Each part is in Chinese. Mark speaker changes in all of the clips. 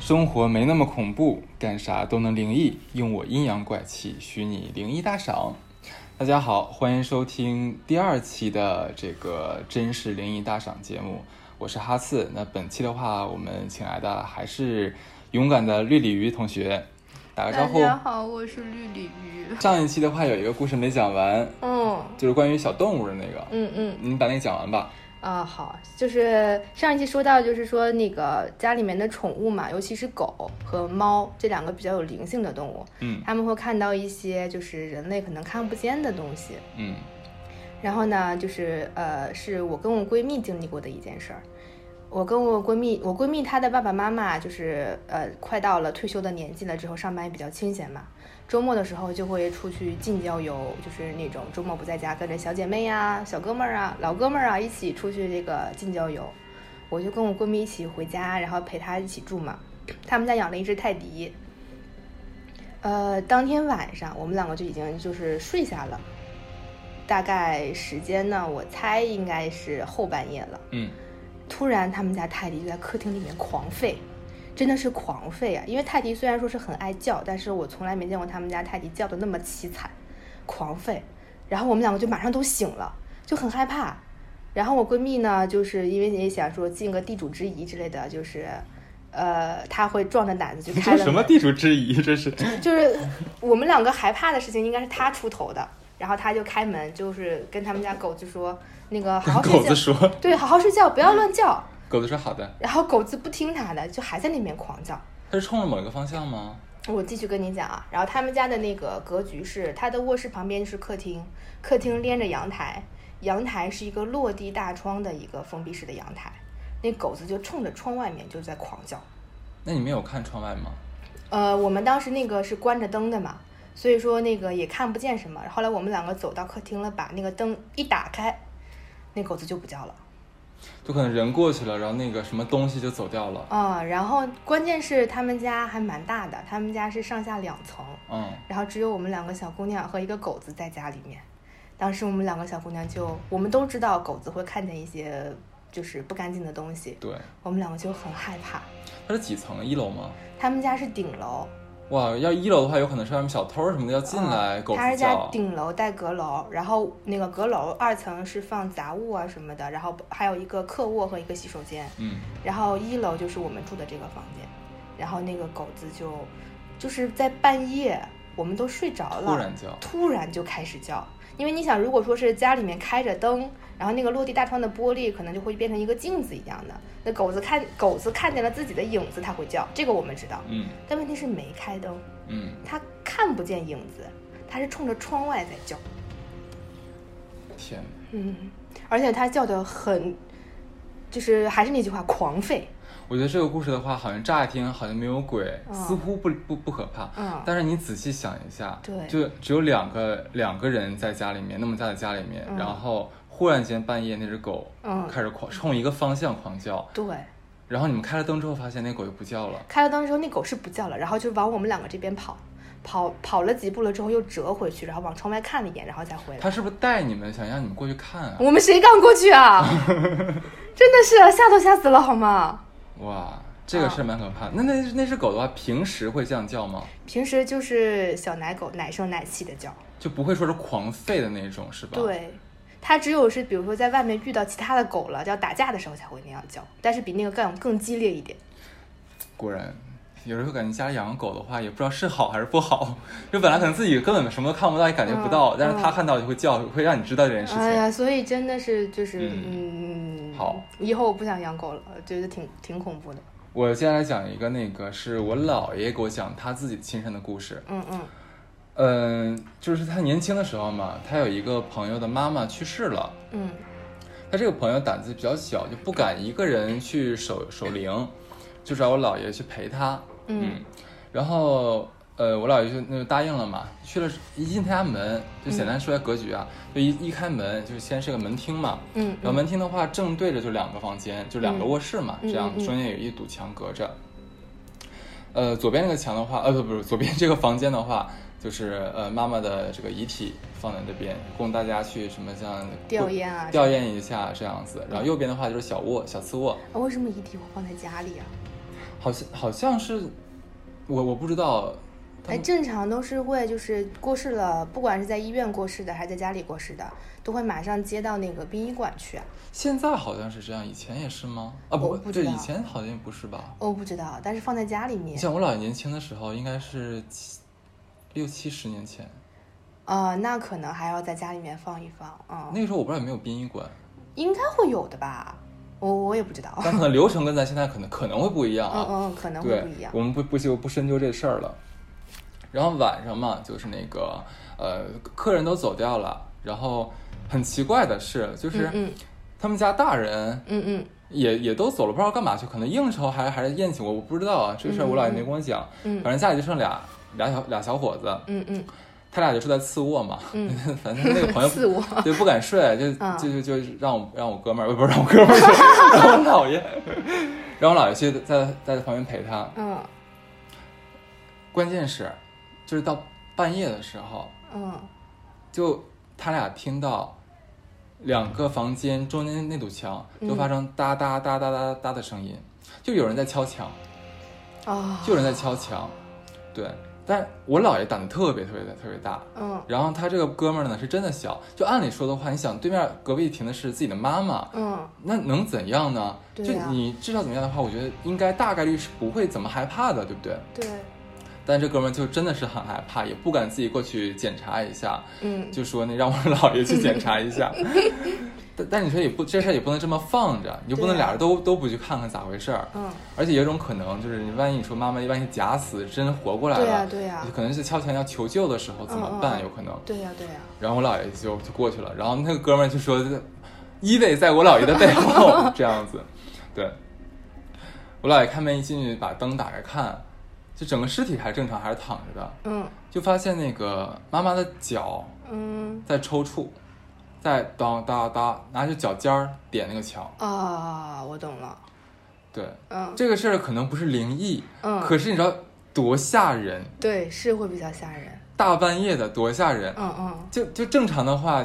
Speaker 1: 生活没那么恐怖，干啥都能灵异，用我阴阳怪气，许你灵异大赏。大家好，欢迎收听第二期的这个真实灵异大赏节目，我是哈刺。那本期的话，我们请来的还是勇敢的绿鲤鱼同学，打个招呼。
Speaker 2: 大家好，我是绿鲤鱼。
Speaker 1: 上一期的话有一个故事没讲完，
Speaker 2: 嗯
Speaker 1: 就是关于小动物的那个，
Speaker 2: 嗯嗯
Speaker 1: 你把那个讲完吧。
Speaker 2: 啊，好，就是上一期说到，就是说那个家里面的宠物嘛，尤其是狗和猫这两个比较有灵性的动物，
Speaker 1: 嗯
Speaker 2: 它们会看到一些就是人类可能看不见的东西。
Speaker 1: 嗯
Speaker 2: 然后呢，就是呃，是我跟我闺蜜经历过的一件事儿。我跟我闺蜜，我闺蜜她的爸爸妈妈就是呃，快到了退休的年纪了之后，上班也比较清闲嘛。周末的时候就会出去近郊游，就是那种周末不在家，跟着小姐妹呀、小哥们儿啊、老哥们儿啊一起出去这个近郊游。我就跟我闺蜜一起回家，然后陪她一起住嘛。他们家养了一只泰迪。呃，当天晚上我们两个就已经就是睡下了。大概时间呢，我猜应该是后半夜了。
Speaker 1: 嗯
Speaker 2: 突然，他们家泰迪就在客厅里面狂吠，真的是狂吠啊！因为泰迪虽然说是很爱叫，但是我从来没见过他们家泰迪叫的那么凄惨，狂吠。然后我们两个就马上都醒了，就很害怕。然后我闺蜜呢，就是因为也想说尽个地主之谊之类的，就是，呃，她会壮着胆子就
Speaker 1: 你
Speaker 2: 开
Speaker 1: 这
Speaker 2: 了
Speaker 1: 什么
Speaker 2: 门
Speaker 1: 地主之谊？这 是
Speaker 2: 就是我们两个害怕的事情应该是他出头的，然后他就开门，就是跟他们家狗子说那个好 好
Speaker 1: 狗子
Speaker 2: 睡觉，
Speaker 1: 说，
Speaker 2: 对，好好睡觉，不要乱叫。
Speaker 1: 狗子说好的，
Speaker 2: 然后狗子不听他的，就还在那边狂叫。
Speaker 1: 它是冲着某一个方向吗？
Speaker 2: 我继续跟你讲啊，然后他们家的那个格局是，他的卧室旁边是客厅，客厅连着阳台，阳台是一个落地大窗的一个封闭式的阳台，那狗子就冲着窗外面就在狂叫。
Speaker 1: 那你们有看窗外吗？
Speaker 2: 呃，我们当时那个是关着灯的嘛，所以说那个也看不见什么。后来我们两个走到客厅了，把那个灯一打开，那狗子就不叫了
Speaker 1: 就可能人过去了，然后那个什么东西就走掉了。
Speaker 2: 啊、然后关键是他们家还蛮大的，他们家是上下两层，
Speaker 1: 嗯，
Speaker 2: 然后只有我们两个小姑娘和一个狗子在家里面。当时我们两个小姑娘就，我们都知道狗子会看见一些就是不干净的东西，
Speaker 1: 对，
Speaker 2: 我们两个就很害怕。
Speaker 1: 它是几层？啊一楼吗？
Speaker 2: 他们家是顶楼，
Speaker 1: 哇，要一楼的话，有可能是外面小偷什么的要进来，狗
Speaker 2: 嗯他
Speaker 1: 子
Speaker 2: 是家
Speaker 1: 叫。
Speaker 2: 顶楼带阁楼，然后那个阁楼二层是放杂物啊什么的，然后还有一个客卧和一个洗手间，
Speaker 1: 嗯，
Speaker 2: 然后一楼就是我们住的这个房间，然后那个狗子就就是在半夜我们都睡着了，
Speaker 1: 突然叫。
Speaker 2: 突然就开始叫，因为你想，如果说是家里面开着灯，然后那个落地大窗的玻璃可能就会变成一个镜子一样的，那狗子看狗子看见了自己的影子，它会叫，这个我们知道，
Speaker 1: 嗯
Speaker 2: 但问题是没开灯。
Speaker 1: 嗯，
Speaker 2: 他看不见影子，他是冲着窗外在叫，
Speaker 1: 天哪，
Speaker 2: 嗯，而且他叫的很，就是还是那句话，狂吠，
Speaker 1: 我觉得这个故事的话，好像乍一听好像没有鬼，
Speaker 2: 嗯
Speaker 1: 似乎不不不可怕。
Speaker 2: 嗯，
Speaker 1: 但是你仔细想一下，
Speaker 2: 对
Speaker 1: 就只有两个两个人在家里面，那么大的家里面，
Speaker 2: 嗯
Speaker 1: 然后忽然间半夜那只狗
Speaker 2: 嗯，
Speaker 1: 开始狂冲一个方向狂叫，
Speaker 2: 对，
Speaker 1: 然后你们开了灯之后发现那狗就不叫了，
Speaker 2: 开了灯之后，那狗是不叫了，然后就往我们两个这边跑，跑跑了几步了之后又折回去，然后往窗外看了一眼，然后再回来。
Speaker 1: 它是不是带你们想让你们过去看啊？
Speaker 2: 我们谁敢过去啊？ 真的是吓都吓死了好吗？
Speaker 1: 哇，这个
Speaker 2: 啊
Speaker 1: 是蛮可怕的。那那那只狗的话，平时会这样叫吗？
Speaker 2: 平时就是小奶狗奶声奶气的叫，
Speaker 1: 就不会说是狂吠的那种，是吧？。
Speaker 2: 对，它只有是比如说在外面遇到其他的狗了，要打架的时候才会那样叫，但是比那个更更激烈一点。
Speaker 1: 果然，有时候感觉家里养狗的话，也不知道是好还是不好。 就本来可能自己根本什么都看不到，也感觉不到，
Speaker 2: 嗯
Speaker 1: 但是它看到就会叫，会让你知道这件事情。
Speaker 2: 哎呀，所以真的是就是嗯，
Speaker 1: 好，
Speaker 2: 以后我不想养狗了，觉得挺挺恐怖的。
Speaker 1: 我接下来讲一个，那个是我姥爷给我讲他自己亲身的故事。
Speaker 2: 嗯嗯
Speaker 1: 嗯，就是他年轻的时候嘛，他有一个朋友的妈妈去世了。
Speaker 2: 嗯
Speaker 1: 他这个朋友胆子比较小，就不敢一个人去守守灵，就找我姥爷去陪他。
Speaker 2: 嗯，
Speaker 1: 然后呃，我姥爷就那就答应了嘛。去了一进他家门，就简单说一下格局啊，就一一开门，就先是个门厅嘛。
Speaker 2: 嗯
Speaker 1: 然后门厅的话，正对着就两个房间，就两个卧室嘛，
Speaker 2: 嗯嗯
Speaker 1: 这样
Speaker 2: 嗯嗯
Speaker 1: 中间有一堵墙隔着。呃，左边那个墙的话，呃，不不是，左边这个房间的话，就是呃妈妈的这个遗体放在这边，供大家去什么像
Speaker 2: 吊唁啊
Speaker 1: 吊
Speaker 2: 嗯哦
Speaker 1: 唁一下这样子。然后右边的话就是小卧、小次卧，嗯
Speaker 2: 啊为什么遗体会放在家里啊？
Speaker 1: 好像好像是我我不知道，他
Speaker 2: 哎，
Speaker 1: 们
Speaker 2: 正常都是会就是过世了，不管是在医院过世的还是在家里过世的，都会马上接到那个殡仪馆去啊。
Speaker 1: 现在好像是这样，以前也是吗？啊，
Speaker 2: 我
Speaker 1: 不，
Speaker 2: 不
Speaker 1: 这
Speaker 2: 知道
Speaker 1: 以前好像也不是吧？
Speaker 2: 我哦不知道，但是放在家里
Speaker 1: 你
Speaker 2: 面，
Speaker 1: 像我姥爷年轻的时候，应该是七六七十年前，
Speaker 2: 呃，那可能还要在家里面放一放啊、
Speaker 1: 那个时候我不知道有没有殡仪馆，
Speaker 2: 应该会有的吧？我我也不知道，
Speaker 1: 但可能流程跟咱现在可能可能会不一样
Speaker 2: 嗯
Speaker 1: 啊。
Speaker 2: 嗯，哦可能会
Speaker 1: 对
Speaker 2: 不一样，。
Speaker 1: 我们不不就不深究这事儿了。然后晚上嘛，就是那个呃，客人都走掉了，然后很奇怪的是，就是
Speaker 2: 嗯
Speaker 1: 他们家大人
Speaker 2: 嗯嗯
Speaker 1: 也也都走了，不知道干嘛去，可能应酬还还是宴请，我我不知道啊，这事儿我姥爷没跟我讲。
Speaker 2: 嗯
Speaker 1: 反正家里就剩俩俩小俩小伙子，
Speaker 2: 嗯嗯
Speaker 1: 他俩就住在次卧嘛。
Speaker 2: 嗯
Speaker 1: 反正那个朋
Speaker 2: 嗯，
Speaker 1: 友
Speaker 2: 自我，
Speaker 1: 对，不敢睡，就
Speaker 2: 啊
Speaker 1: 就就就让我让我哥们儿，不是让我哥们儿去， 让我姥爷，让我姥爷去在在旁边陪他。
Speaker 2: 嗯
Speaker 1: 关键是，就是到半夜的时候，
Speaker 2: 嗯
Speaker 1: 就他俩听到两个房间中间那堵墙就发生哒哒哒哒哒哒的声音，就有人在敲墙，
Speaker 2: 啊，
Speaker 1: 就有人在敲墙，对。但是我姥爷胆子特别特别的特别大，
Speaker 2: 嗯
Speaker 1: 然后他这个哥们儿呢是真的小，就按理说的话，你想对面隔壁停的是自己的妈妈，
Speaker 2: 嗯
Speaker 1: 那能怎样呢？
Speaker 2: 对啊
Speaker 1: 就
Speaker 2: 呀
Speaker 1: 你至少怎么样的话，我觉得应该大概率是不会怎么害怕的，对不对？
Speaker 2: 对，
Speaker 1: 但这哥们儿就真的是很害怕，也不敢自己过去检查一下，
Speaker 2: 嗯
Speaker 1: 就说那让我姥爷去检查一 下。但但你说也不这事儿也不能这么放着，你就不能
Speaker 2: 对呀啊
Speaker 1: 俩人都都不去看看咋回事儿。
Speaker 2: 嗯，
Speaker 1: 而且有一种可能就是，你万一你说妈妈万一假死真活过来
Speaker 2: 对呀
Speaker 1: 了，
Speaker 2: 对呀
Speaker 1: 可能是敲墙要求救的时候怎么办？
Speaker 2: 嗯嗯嗯
Speaker 1: 有可能。
Speaker 2: 对呀对呀，
Speaker 1: 然后我姥爷就就过去了，然后那个哥们儿就说依偎在我姥爷的背后这样子，对，我姥爷开门一进去把灯打开看，就整个尸体还正常还是躺着的，
Speaker 2: 嗯
Speaker 1: 就发现那个妈妈的脚
Speaker 2: 嗯
Speaker 1: 在抽搐，在当当当拿着脚尖儿点那个墙，
Speaker 2: 啊，我懂了，
Speaker 1: 对，
Speaker 2: 嗯
Speaker 1: 这个事儿可能不是灵异，
Speaker 2: 嗯，
Speaker 1: 可是你知道多吓人，
Speaker 2: 对，是会比较吓人，
Speaker 1: 大半夜的多吓人，
Speaker 2: 嗯嗯
Speaker 1: 就就正常的话，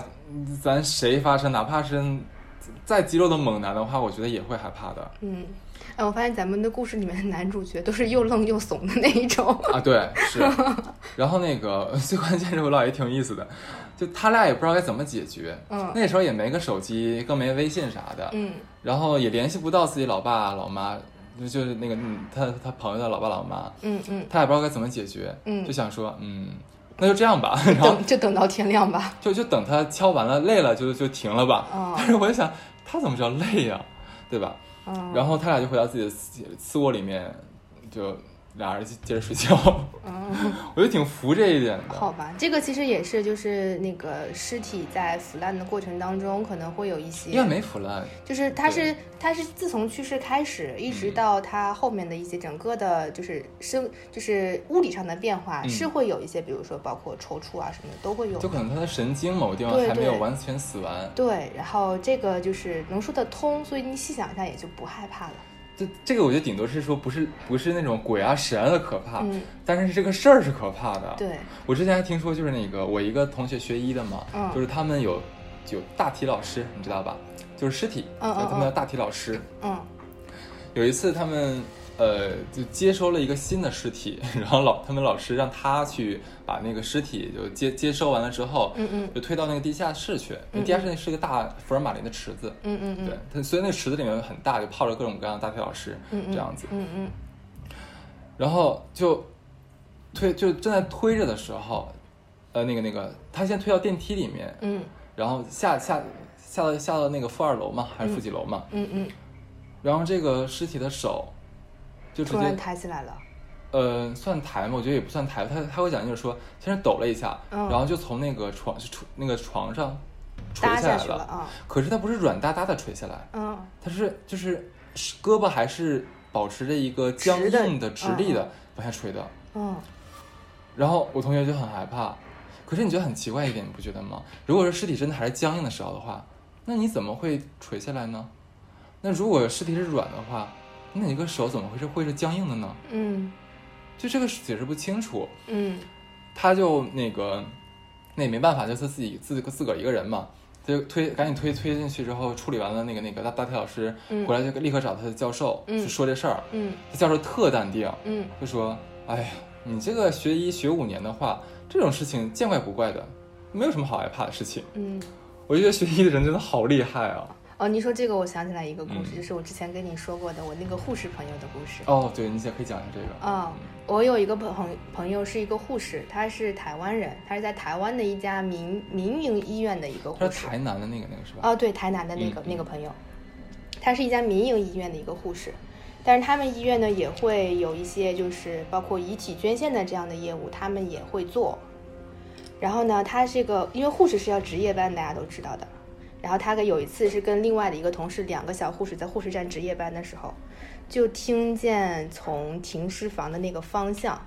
Speaker 1: 咱谁发生，哪怕是再肌肉的猛男的话，我觉得也会害怕 的
Speaker 2: 嗯。哎，我发现咱们的故事里面的男主角都是又愣又怂的那一种。
Speaker 1: 啊。对，是。然后那个 最关键是我姥爷挺有意思的，就他俩也不知道该怎么解决。
Speaker 2: 嗯
Speaker 1: 那时候也没个手机，更没微信啥的，
Speaker 2: 嗯
Speaker 1: 然后也联系不到自己老爸老妈，就就是那个嗯他他朋友的老爸老妈，
Speaker 2: 嗯嗯，
Speaker 1: 他也不知道该怎么解决，
Speaker 2: 嗯
Speaker 1: 就想说嗯，那就这样 吧，然后
Speaker 2: 等就等到天亮吧。
Speaker 1: 就就等他敲完了累了就就停了吧。
Speaker 2: 哦
Speaker 1: 但是我就想，他怎么知道累呀、 对吧？
Speaker 2: 嗯
Speaker 1: 然后他俩就回到自己的次次卧里面，就俩人接着睡觉。
Speaker 2: 嗯，
Speaker 1: 我就挺服这一点的。
Speaker 2: 好吧，这个其实也是，就是那个尸体在腐烂的过程当中，可能会有一
Speaker 1: 应该
Speaker 2: 些，
Speaker 1: 没腐烂，
Speaker 2: 就是它是它是自从去世开
Speaker 1: 嗯
Speaker 2: 始，一直到它后面的一些整个的，就是生就是物理上的变化，
Speaker 1: 嗯
Speaker 2: 是会有一些，比如说包括抽搐啊什么的都会有
Speaker 1: 就。可能他的神经某个地方
Speaker 2: 对
Speaker 1: 还没有
Speaker 2: 对
Speaker 1: 完全死完。
Speaker 2: 对，然后这个就是能说得通，所以你细想一下也就不害怕了。
Speaker 1: 这这个我觉得顶多是说不是不是那种鬼啊神啊的可怕，
Speaker 2: 嗯
Speaker 1: 但是这个事儿是可怕的。
Speaker 2: 对，
Speaker 1: 我之前还听说就是那个我一个同学学医的嘛，
Speaker 2: 嗯
Speaker 1: 就是他们有有大体老师，你知道吧？就是尸体，
Speaker 2: 嗯嗯
Speaker 1: 他们叫
Speaker 2: 嗯
Speaker 1: 大体老师。
Speaker 2: 嗯
Speaker 1: 有一次他们呃就接收了一个新的尸体， 然后老他们老师让他去把那个尸体就接接收完了之后，
Speaker 2: 嗯嗯
Speaker 1: 就推到那个地下室去。那
Speaker 2: 嗯嗯
Speaker 1: 地下室是个大福尔马林的池子，
Speaker 2: 嗯嗯嗯
Speaker 1: 对，它所以那个池子里面很大，就泡着各种各样的大体老师、
Speaker 2: 嗯嗯，
Speaker 1: 这样子，
Speaker 2: 嗯嗯
Speaker 1: 然后就推就正在推着的时候，呃那个那个他先推到电梯里面，
Speaker 2: 嗯
Speaker 1: 然后下下下到下到那个负二楼嘛，还是负几楼嘛？
Speaker 2: 嗯嗯，
Speaker 1: 然后这个尸体的手就直
Speaker 2: 突然
Speaker 1: 接
Speaker 2: 抬起来了。
Speaker 1: 呃，算抬吗？我觉得也不算抬，他他会讲就是说，先是抖了一下，
Speaker 2: 嗯
Speaker 1: 然后就从那个床就出那个床上垂
Speaker 2: 搭
Speaker 1: 下
Speaker 2: 下
Speaker 1: 来
Speaker 2: 去了啊，
Speaker 1: 可是他不是软哒哒的垂下来，
Speaker 2: 嗯
Speaker 1: 他是就是是胳膊还是保持着一个僵
Speaker 2: 直的
Speaker 1: 硬的、直立的往下垂的。
Speaker 2: 嗯
Speaker 1: 然后我同学就很害怕。可是你觉得很奇怪一点，你不觉得吗？如果说尸体真的还是僵硬的时候的话，那你怎么会垂下来呢？那如果尸体是软的话，那你个手怎么会是会是僵硬的呢？
Speaker 2: 嗯
Speaker 1: 就这个解释不清楚。
Speaker 2: 嗯
Speaker 1: 他就那个，那也没办法，就是自己自自个儿一个人嘛，就推赶紧推推进去之后，处理完了那个那个大大体老师回来就立刻找他的教授、
Speaker 2: 嗯
Speaker 1: 去说这事儿，
Speaker 2: 嗯
Speaker 1: 他教授特淡定，
Speaker 2: 嗯
Speaker 1: 就说：“哎呀，你这个学医学五年的话，这种事情见怪不怪的，没有什么好害怕的事情。
Speaker 2: 嗯。”
Speaker 1: 我觉得学医的人真的好厉害啊！
Speaker 2: 哦，你说这个，我想起来一个故事，
Speaker 1: 嗯
Speaker 2: 就是我之前跟你说过的，我那个护士朋友的故事。
Speaker 1: 哦，对，你也可以讲一下这个。
Speaker 2: 啊、我有一个朋朋友是一个护士，她是台湾人，她是在台湾的一家民民营医院的一个
Speaker 1: 他
Speaker 2: 护
Speaker 1: 是
Speaker 2: 士。
Speaker 1: 台南的那个那个是吧？
Speaker 2: 哦，对，台南的那个、
Speaker 1: 嗯
Speaker 2: 那个朋友，她是一家民营医院的一个护士，但是他们医院呢也会有一些就是包括遗体捐献的这样的业务，他们也会做。然后呢，她这个因为护士是要值夜班，大家都知道的。然后她有一次是跟另外的一个同事，两个小护士在护士站值夜班的时候，就听见从停尸房的那个方向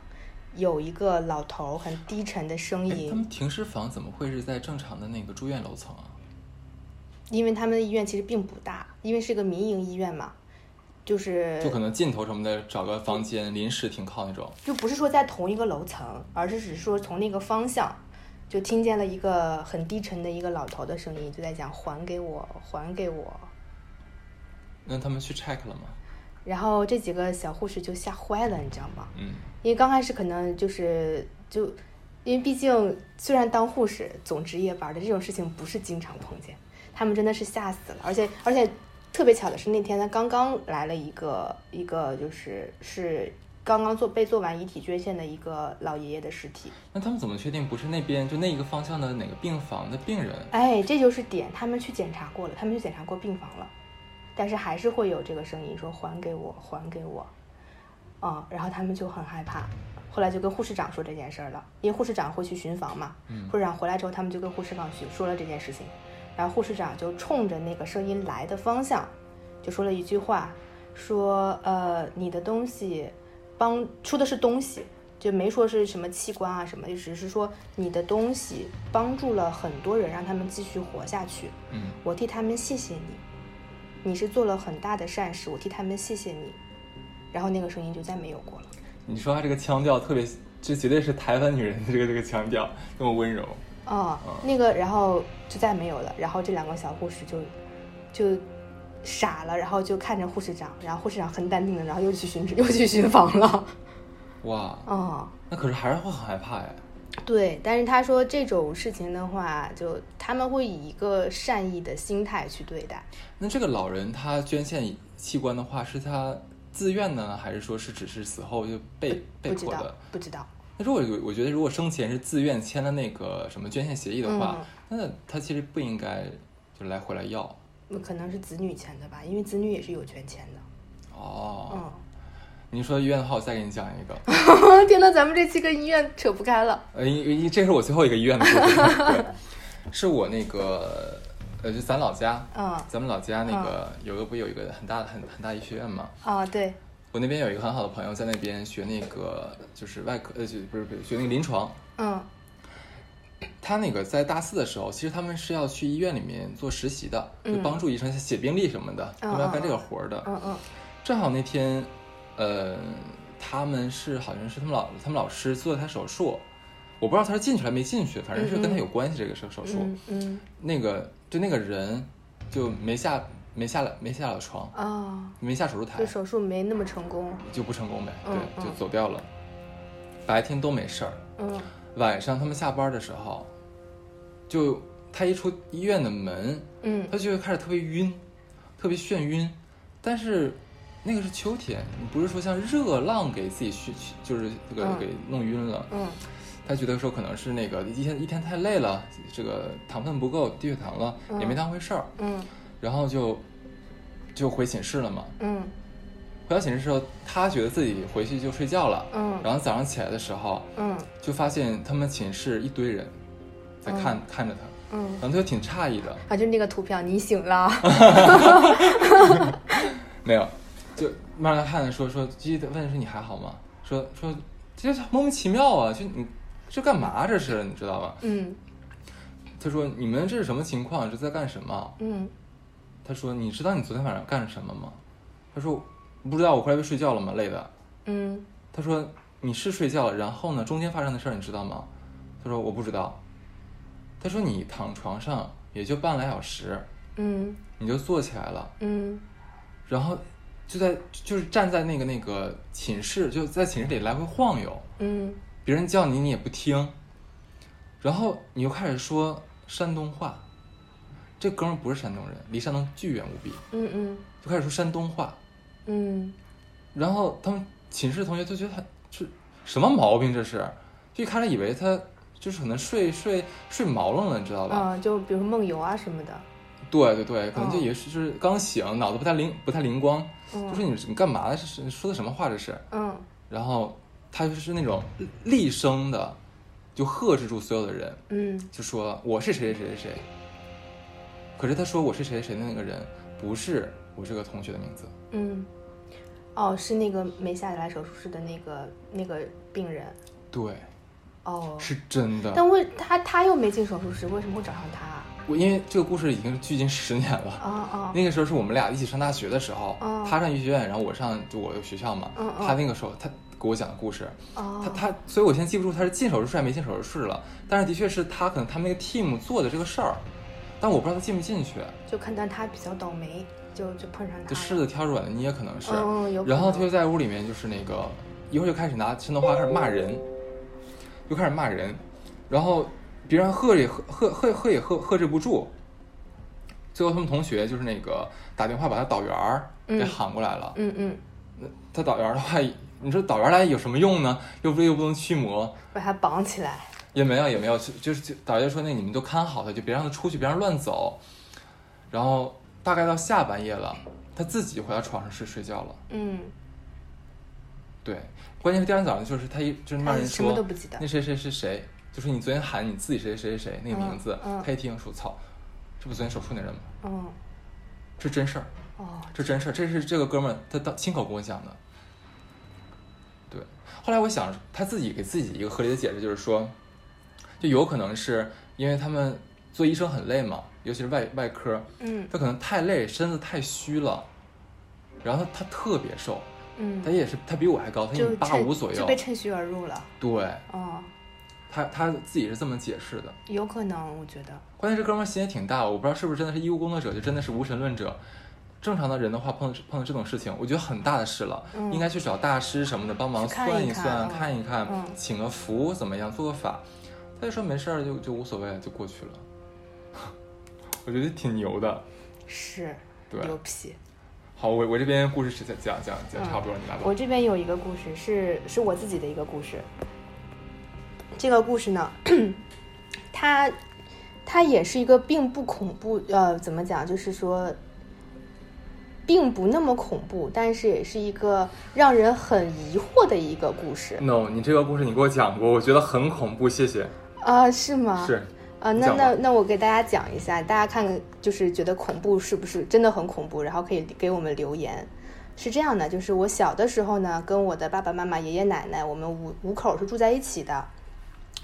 Speaker 2: 有一个老头儿很低沉的声
Speaker 1: 哎他
Speaker 2: 音，
Speaker 1: 们停尸房怎么会是在正常的那个住院楼层啊？
Speaker 2: 因为他们的医院其实并不大，因为是个民营医院嘛，就是
Speaker 1: 就可能尽头什么的，找个房间临时停靠那种。
Speaker 2: 就不是说在同一个楼层，而是只是说从那个方向，就听见了一个很低沉的一个老头的声音，就在讲还给我，还给我。
Speaker 1: 那他们去 check 了吗？
Speaker 2: 然后这几个小护士就吓坏了，你知道吗？
Speaker 1: 嗯，
Speaker 2: 因为刚开始可能就是就，因为毕竟虽然当护士总值夜班的这种事情不是经常碰见，他们真的是吓死了，而且而且特别巧的是那天呢刚刚来了一个一个就是是刚刚做被做完遗体捐献的一个老爷爷的尸体，
Speaker 1: 那他们怎么确定不是那边就那一个方向的哪个病房的病人？
Speaker 2: 哎，这就是点，他们去检查过了，他们去检查过病房了，但是还是会有这个声音说还给我，还给我，啊、然后他们就很害怕，后来就跟护士长说这件事儿了，因为护士长会去巡房嘛，
Speaker 1: 嗯
Speaker 2: 护士长回来之后，他们就跟护士长去说了这件事情，然后护士长就冲着那个声音来的方向，就说了一句话，说呃你的东西帮说的是东西，就没说是什么器官啊什么，就只是说你的东西帮助了很多人，让他们继续活下去。
Speaker 1: 嗯，
Speaker 2: 我替他们谢谢你，你是做了很大的善事，我替他们谢谢你。然后那个声音就再没有过了。
Speaker 1: 你说他这个腔调特别，这绝对是台湾女人的这个这个腔调，那么温柔。
Speaker 2: 哦，那个，然后就再没有了。然后这两个小护士就就傻了，然后就看着护士长，然后护士长很淡定的，然后又去巡又去巡房了。
Speaker 1: 哇，
Speaker 2: 哦，
Speaker 1: 那可是还是会很害怕呀。
Speaker 2: 对，但是他说这种事情的话，就他们会以一个善意的心态去对待。
Speaker 1: 那这个老人他捐献器官的话，是他自愿呢，还是说是只是死后就被被
Speaker 2: 不知
Speaker 1: 迫
Speaker 2: 道
Speaker 1: 的？，
Speaker 2: 不知道。
Speaker 1: 那如果有我觉得，如果生前是自愿签了那个什么捐献协议的话，那他其实不应该就来回来要
Speaker 2: 嗯可能是子女钱的吧，因为子女也是有权钱的。
Speaker 1: 哦。
Speaker 2: 嗯，
Speaker 1: 你说医院的话，我再给你讲一个，
Speaker 2: 天呐，咱们这期跟医院扯不开了。
Speaker 1: 呃，因为这是我最后一个医院的故事， 对，是我那个呃，就咱老家，
Speaker 2: 嗯
Speaker 1: 咱们老家那个有个不有一个很大的很很大医学院嘛，
Speaker 2: 啊，对，
Speaker 1: 我那边有一个很好的朋友在那边学那个就是外科，呃，就不是不是学那个临床，
Speaker 2: 嗯
Speaker 1: 他那个在大四的时候，其实他们是要去医院里面做实习的，就
Speaker 2: 嗯哦
Speaker 1: 帮助医生写病历什么的，他们要干这个活儿的。
Speaker 2: 嗯嗯
Speaker 1: 正好那天，呃，他们是好像是他们老他们老师做了他手术，我不知道他是进去了没进去，反正是跟他有关系这个手手术。
Speaker 2: 嗯嗯
Speaker 1: 那个就那个人就没下没下来没下了床，
Speaker 2: 啊，
Speaker 1: 没下手术台
Speaker 2: 就，手术没那么成功。
Speaker 1: 就不成功呗，
Speaker 2: 嗯
Speaker 1: 对，就
Speaker 2: 嗯
Speaker 1: 走掉了。白天都没事儿，
Speaker 2: 嗯
Speaker 1: 晚上他们下班的时候，就他一出医院的门，
Speaker 2: 嗯
Speaker 1: 他就会开始特别晕，特别眩晕。但是那个是秋天，你不是说像热浪给自己去，去就是这个
Speaker 2: 嗯
Speaker 1: 给弄晕了。
Speaker 2: 嗯
Speaker 1: 他觉得说可能是那个一天一天太累了，这个糖分不够，低血糖了，也没当回事儿，
Speaker 2: 嗯
Speaker 1: 然后就就回寝室了嘛。
Speaker 2: 嗯
Speaker 1: 回到寝室之后，他觉得自己回去就睡觉了，
Speaker 2: 嗯
Speaker 1: 然后早上起来的时候，
Speaker 2: 嗯
Speaker 1: 就发现他们寝室一堆人在看、看着他，
Speaker 2: 嗯
Speaker 1: 然后他就挺诧异的，
Speaker 2: 啊，就那个图片，你醒了。
Speaker 1: 没有，就慢慢看着说说，记得问说你还好吗？说说这这莫名其妙啊，就你这干嘛这是你知道吗？
Speaker 2: 嗯
Speaker 1: 他说你们这是什么情况？这在干什么？
Speaker 2: 嗯
Speaker 1: 他说你知道你昨天晚上干了什么吗？他说不知道，我回来不睡觉了吗？累的。
Speaker 2: 嗯
Speaker 1: 他说你是睡觉了，然后呢，中间发生的事儿你知道吗？他说我不知道。他说你躺床上也就半来小时，
Speaker 2: 嗯
Speaker 1: 你就坐起来了，
Speaker 2: 嗯
Speaker 1: 然后就在就是站在那个那个寝室，就在寝室里来回晃悠，
Speaker 2: 嗯
Speaker 1: 别人叫你你也不听，然后你又开始说山东话，这哥们儿不是山东人，离山东巨远无比，
Speaker 2: 嗯嗯
Speaker 1: 就开始说山东话，
Speaker 2: 嗯
Speaker 1: 然后他们寝室同学就觉得他这什么毛病这是，就一开始以为他就是可能睡睡睡毛愣了，你知道吧？
Speaker 2: 啊，就比如梦游啊什么的，
Speaker 1: 对对对，可能就
Speaker 2: 哦
Speaker 1: 也是就是刚醒，脑子不太灵不太灵光，就说
Speaker 2: 嗯
Speaker 1: 你你干嘛呢？这是说的什么话这是？
Speaker 2: 嗯
Speaker 1: 然后他就是那种厉声的，就呵斥住所有的人，
Speaker 2: 嗯
Speaker 1: 就说我是谁谁谁谁谁。可是他说我是谁谁谁的那个人不是我这个同学的名字，
Speaker 2: 嗯，哦，是那个没下得来手术室的那个那个病人，
Speaker 1: 对，
Speaker 2: 哦，
Speaker 1: 是真的。
Speaker 2: 但为他他又没进手术室，为什么会找上他啊？
Speaker 1: 我因为这个故事已经距今十年了。
Speaker 2: 啊
Speaker 1: 那个时候是我们俩一起上大学的时候，
Speaker 2: 哦
Speaker 1: 他上医学院，然后我上就我的学校嘛。
Speaker 2: 嗯嗯
Speaker 1: 他那个时候他给我讲的故事，
Speaker 2: 啊
Speaker 1: 他
Speaker 2: 啊
Speaker 1: 他，所以我现在记不住他是进手术室还没进手术室了，但是的确是他可能他们那个 team 做的这个事儿，但我不知道他进没进去，
Speaker 2: 就看到他比较倒霉，就就碰上他
Speaker 1: 就
Speaker 2: 了，
Speaker 1: 柿子挑软的捏可能是。
Speaker 2: 嗯嗯有可能
Speaker 1: 然后他就在屋里面就是那个一会儿就开始拿山东话开始骂人，就开始骂人，然后别人喝也喝喝喝喝也喝喝制不住，最后他们同学就是那个打电话把他导员儿给
Speaker 2: 嗯
Speaker 1: 喊过来了，
Speaker 2: 嗯嗯，
Speaker 1: 他导员儿的话，你说导员儿来有什么用呢？又不又不能驱魔，
Speaker 2: 把他绑起来，
Speaker 1: 也没有也没有，就就是就导游说那你们都看好他，就别让他出去，别让他乱走。然后大概到下半夜了，他自己回到床上睡睡觉了。
Speaker 2: 嗯，
Speaker 1: 对，关键是第二天早上就是他一就是骂
Speaker 2: 他
Speaker 1: 人
Speaker 2: 哎什么
Speaker 1: 说
Speaker 2: 都不记得
Speaker 1: 那，谁谁谁谁，就是你昨天喊你自己谁谁谁谁那个名字，
Speaker 2: 嗯嗯
Speaker 1: 他一听说操，这不昨天手术那人吗？
Speaker 2: 嗯，
Speaker 1: 这真事儿，
Speaker 2: 哦，
Speaker 1: 这真事儿，这是这个哥们儿他当亲口跟我讲的。对，后来我想他自己给自己一个合理的解释，就是说，就有可能是因为他们做医生很累嘛，尤其是外外科，
Speaker 2: 嗯
Speaker 1: 他可能太累，身子太虚了，然后他他特别瘦，他
Speaker 2: 嗯，
Speaker 1: 也是他比我还高，他一
Speaker 2: 就
Speaker 1: 米八
Speaker 2: 趁
Speaker 1: 五左
Speaker 2: 就
Speaker 1: 右
Speaker 2: 被，趁虚而入了，
Speaker 1: 对
Speaker 2: 哦，
Speaker 1: 他他自己是这么解释的。
Speaker 2: 有可能，我觉得，
Speaker 1: 关键这哥们儿心也挺大，我不知道是不是真的是医务工作者，就真的是无神论者。正常的人的话，碰碰到这种事情，我觉得很大的事了，
Speaker 2: 嗯
Speaker 1: 应该去找大师什么的帮忙
Speaker 2: 去看
Speaker 1: 算
Speaker 2: 一看
Speaker 1: 算、
Speaker 2: 嗯
Speaker 1: 看一看，
Speaker 2: 嗯
Speaker 1: 请个福怎么样，做个法。他就说没事儿，就就无所谓，就过去了。 我觉得挺牛的，
Speaker 2: 是
Speaker 1: 对。
Speaker 2: 牛嗯皮。
Speaker 1: 好，我我这边故事是讲讲讲讲差不多了，你来吧。
Speaker 2: 我这边有一个故事，是是我自己的一个故事。这个故事呢， 它它也是一个并不恐怖，呃，怎么讲？就是说，并不那么恐怖，但是也是一个让人很疑惑的一个故事。
Speaker 1: No，你这个故事你给我讲过，我觉得很恐怖，谢谢。
Speaker 2: 啊、是吗？
Speaker 1: 是，
Speaker 2: 啊，
Speaker 1: 你
Speaker 2: 那
Speaker 1: 讲吧
Speaker 2: 那那我给大家讲一下，大家看看就是觉得恐怖是不是真的很恐怖，然后可以给我们留言。是这样的，就是我小的时候呢，跟我的爸爸妈妈、爷爷奶奶，我们五五口是住在一起的，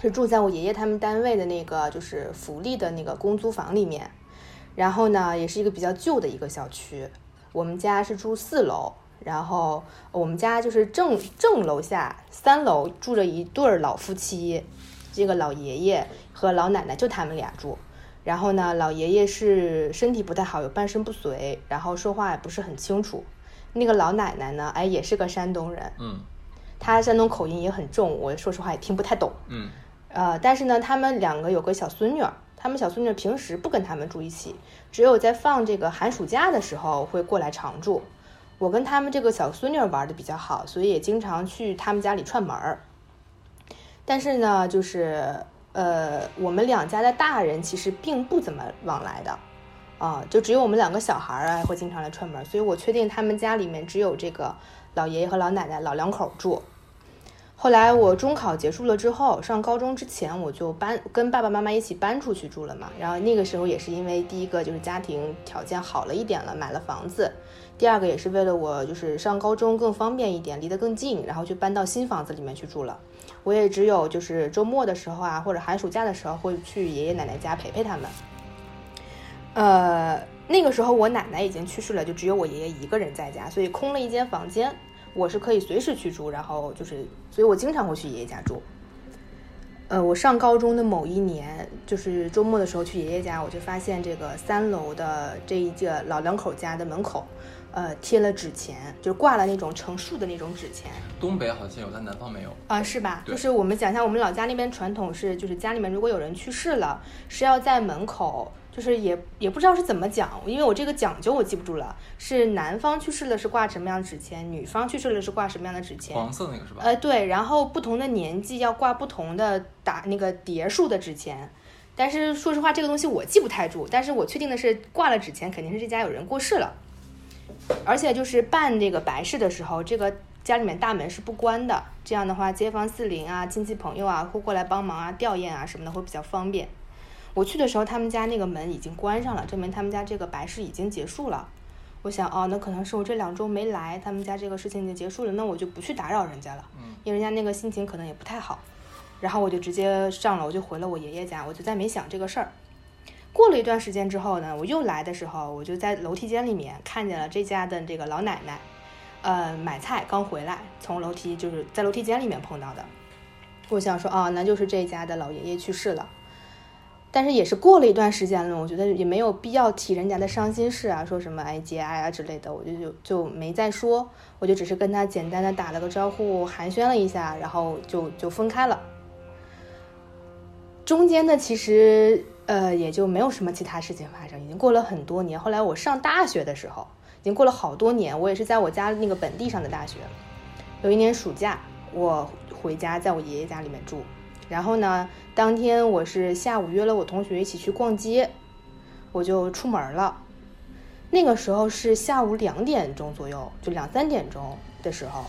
Speaker 2: 是住在我爷爷他们单位的那个就是福利的那个公租房里面。然后呢，也是一个比较旧的一个小区，我们家是住四楼，然后我们家就是正正楼下三楼住着一对儿老夫妻，这个老爷爷和老奶奶就他们俩住。然后呢，老爷爷是身体不太好，有半身不遂，然后说话也不是很清楚。那个老奶奶呢，哎，也是个山东人，
Speaker 1: 嗯
Speaker 2: 她山东口音也很重，我说实话也听不太懂。
Speaker 1: 嗯
Speaker 2: 呃，但是呢，他们两个有个小孙女儿，他们小孙女儿平时不跟他们住一起，只有在放这个寒暑假的时候会过来常住。我跟他们这个小孙女儿玩的比较好，所以也经常去他们家里串门儿。但是呢，就是呃，我们两家的大人其实并不怎么往来的，啊，就只有我们两个小孩儿啊会经常来串门儿，所以我确定他们家里面只有这个老爷爷和老奶奶老两口儿住。后来我中考结束了之后，上高中之前我就搬跟爸爸妈妈一起搬出去住了嘛。然后那个时候也是因为第一个就是家庭条件好了一点了，买了房子；第二个也是为了我就是上高中更方便一点，离得更近，然后就搬到新房子里面去住了。我也只有就是周末的时候啊，或者寒暑假的时候会去爷爷奶奶家陪陪他们。呃，那个时候我奶奶已经去世了，就只有我爷爷一个人在家，所以空了一间房间，我是可以随时去住，然后就是，所以我经常会去爷爷家住。呃，我上高中的某一年，就是周末的时候去爷爷家，我就发现这个三楼的这一个老两口家的门口，呃，贴了纸钱，就是挂了那种成束的那种纸钱。
Speaker 1: 东北好像有，但南方没有。
Speaker 2: 啊、是吧？
Speaker 1: 对
Speaker 2: 就是我们讲一下，我们老家那边传统是，就是家里面如果有人去世了，是要在门口，就是也也不知道是怎么讲，因为我这个讲究我记不住了，是男方去世了是挂什么样的纸钱，女方去世了是挂什么样的纸钱。
Speaker 1: 黄色那个是吧？
Speaker 2: 呃，对，然后不同的年纪要挂不同的打那个叠数的纸钱，但是说实话，这个东西我记不太住，但是我确定的是挂了纸钱，肯定是这家有人过世了，而且就是办这个白事的时候，这个家里面大门是不关的，这样的话，街坊四邻啊、亲戚朋友啊会过来帮忙啊、吊唁啊什么的会比较方便。我去的时候，他们家那个门已经关上了，证明他们家这个白事已经结束了。我想，哦，那可能是我这两周没来，他们家这个事情已经结束了，那我就不去打扰人家了，
Speaker 1: 嗯
Speaker 2: 因为人家那个心情可能也不太好。然后我就直接上了，我就回了我爷爷家，我就再没想这个事儿。过了一段时间之后呢，我又来的时候，我就在楼梯间里面看见了这家的这个老奶奶，呃，买菜刚回来，从楼梯就是在楼梯间里面碰到的。我想说，啊，那就是这家的老爷爷去世了。但是也是过了一段时间了，我觉得也没有必要提人家的伤心事啊，说什么哎节哀啊之类的，我就就就没再说，我就只是跟他简单的打了个招呼，寒暄了一下，然后就就分开了。中间呢，其实呃也就没有什么其他事情发生，已经过了很多年。后来我上大学的时候，已经过了好多年，我也是在我家那个本地上的大学。有一年暑假，我回家在我爷爷家里面住，然后呢，当天我是下午约了我同学一起去逛街，我就出门了。那个时候是下午两点钟左右，就两三点钟的时候，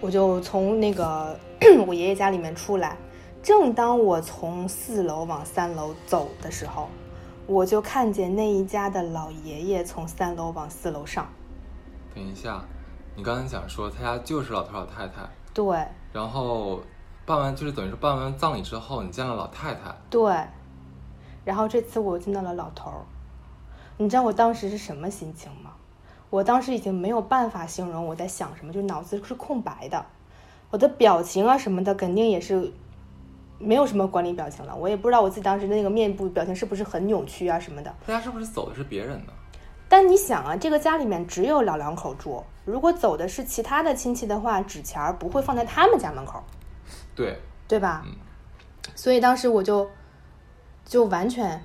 Speaker 2: 我就从那个 我爷爷家里面出来。正当我从四楼往三楼走的时候，我就看见那一家的老爷爷从三楼往四楼上。
Speaker 1: 等一下，你刚才讲说他家就是老头老太太，
Speaker 2: 对
Speaker 1: 然后办完就是等于说办完葬礼之后，你见了老太太，
Speaker 2: 对，然后这次我见到了老头儿，你知道我当时是什么心情吗？我当时已经没有办法形容我在想什么，就是脑子是空白的，我的表情啊什么的肯定也是没有什么管理表情了，我也不知道我自己当时的那个面部表情是不是很扭曲啊什么的。
Speaker 1: 他家是不是走的是别人呢？
Speaker 2: 但你想啊，这个家里面只有老两口住，如果走的是其他的亲戚的话，纸钱儿不会放在他们家门口，
Speaker 1: 对，
Speaker 2: 对吧？
Speaker 1: 嗯
Speaker 2: 所以当时我就就完全，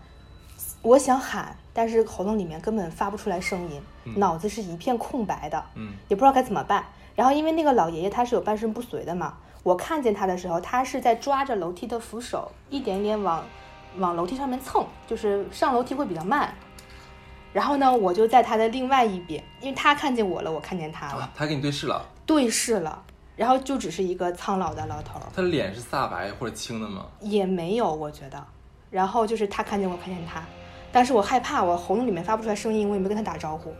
Speaker 2: 我想喊，但是喉咙里面根本发不出来声音，
Speaker 1: 嗯
Speaker 2: 脑子是一片空白的，
Speaker 1: 嗯
Speaker 2: 也不知道该怎么办。然后因为那个老爷爷他是有半身不遂的嘛，我看见他的时候，他是在抓着楼梯的扶手，一点一点往往楼梯上面蹭，就是上楼梯会比较慢。然后呢，我就在他的另外一边，因为他看见我了，我看见他了，
Speaker 1: 啊，他跟你对视了，
Speaker 2: 对视了，然后就只是一个苍老的老头儿，
Speaker 1: 他的脸是煞白或者青的吗？
Speaker 2: 也没有，我觉得。然后就是他看见我，看见他，但是我害怕，我喉咙里面发不出来声音，我也没跟他打招呼。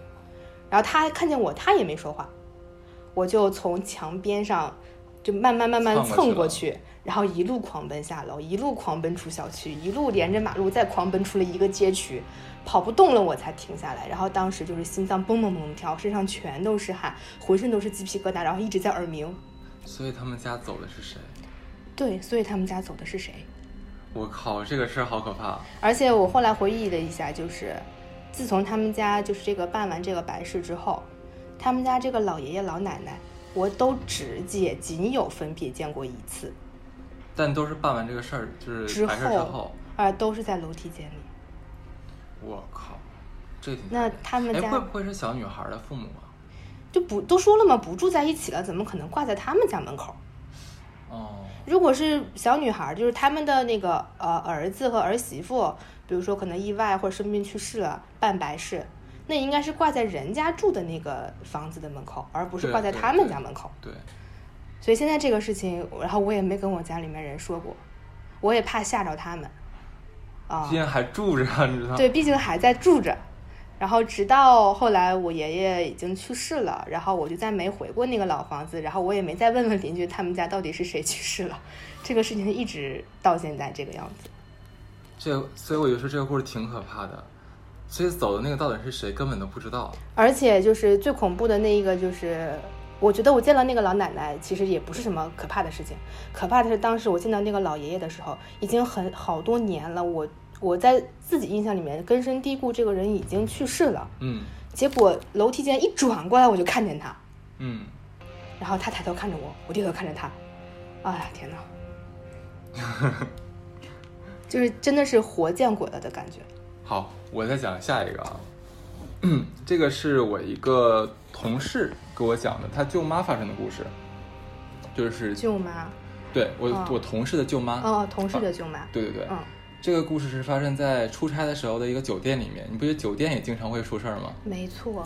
Speaker 2: 然后他看见我，他也没说话，我就从墙边上就慢慢慢慢
Speaker 1: 蹭过去
Speaker 2: 蹭
Speaker 1: 了
Speaker 2: 过去，然后一路狂奔下楼，一路狂奔出小区，一路连着马路再狂奔出了一个街区，跑不动了我才停下来。然后当时就是心脏蹦蹦蹦跳，身上全都是汗，浑身都是鸡皮疙瘩，然后一直在耳鸣。
Speaker 1: 所以他们家走的是谁？
Speaker 2: 对，所以他们家走的是谁？
Speaker 1: 我靠，这个事儿好可怕！
Speaker 2: 而且我后来回忆了一下，就是自从他们家就是这个办完这个白事之后，他们家这个老爷爷老奶奶，我都只也仅有分别见过一次，
Speaker 1: 但都是办完这个事儿，就是
Speaker 2: 之
Speaker 1: 完事儿之后，
Speaker 2: 而都是在楼梯间里。
Speaker 1: 我靠，这挺
Speaker 2: 那他们
Speaker 1: 哎，会
Speaker 2: 家
Speaker 1: 不会是小女孩的父母啊？
Speaker 2: 就不都说了嘛，不住在一起了，怎么可能挂在他们家门口？
Speaker 1: 哦，
Speaker 2: 如果是小女孩儿，就是他们的那个呃儿子和儿媳妇，比如说可能意外或者生病去世了，办白事，那应该是挂在人家住的那个房子的门口，而不是
Speaker 1: 对
Speaker 2: 挂在
Speaker 1: 对
Speaker 2: 他们
Speaker 1: 对
Speaker 2: 家门口。
Speaker 1: 对，
Speaker 2: 所以现在这个事情，然后我也没跟我家里面人说过，我也怕吓着他们，啊
Speaker 1: 竟，然还住着，你知道？
Speaker 2: 对，毕竟还在住着。然后直到后来我爷爷已经去世了，然后我就再没回过那个老房子，然后我也没再问问邻居他们家到底是谁去世了。这个事情一直到现在这个样子。
Speaker 1: 这，所以我就说这个故事挺可怕的。所以走的那个到底是谁，根本都不知道。
Speaker 2: 而且就是最恐怖的那一个就是我觉得我见到那个老奶奶，其实也不是什么可怕的事情。可怕的是当时我见到那个老爷爷的时候，已经很好多年了。我我在自己印象里面根深蒂固，这个人已经去世了。
Speaker 1: 嗯
Speaker 2: 结果楼梯间一转过来，我就看见他，
Speaker 1: 嗯，
Speaker 2: 然后他抬头看着我，我低头看着他。哎呀，天哪！就是真的是活见鬼了的感觉。
Speaker 1: 好，我再讲下一个啊。 这个是我一个同事给我讲的，他舅妈发生的故事，就是
Speaker 2: 舅妈，
Speaker 1: 对我、
Speaker 2: 哦
Speaker 1: 我同事的舅妈，
Speaker 2: 哦，同事的舅妈，
Speaker 1: 对对对，
Speaker 2: 嗯，
Speaker 1: 这个故事是发生在出差的时候的一个酒店里面。你不觉得酒店也经常会出事儿吗？
Speaker 2: 没错。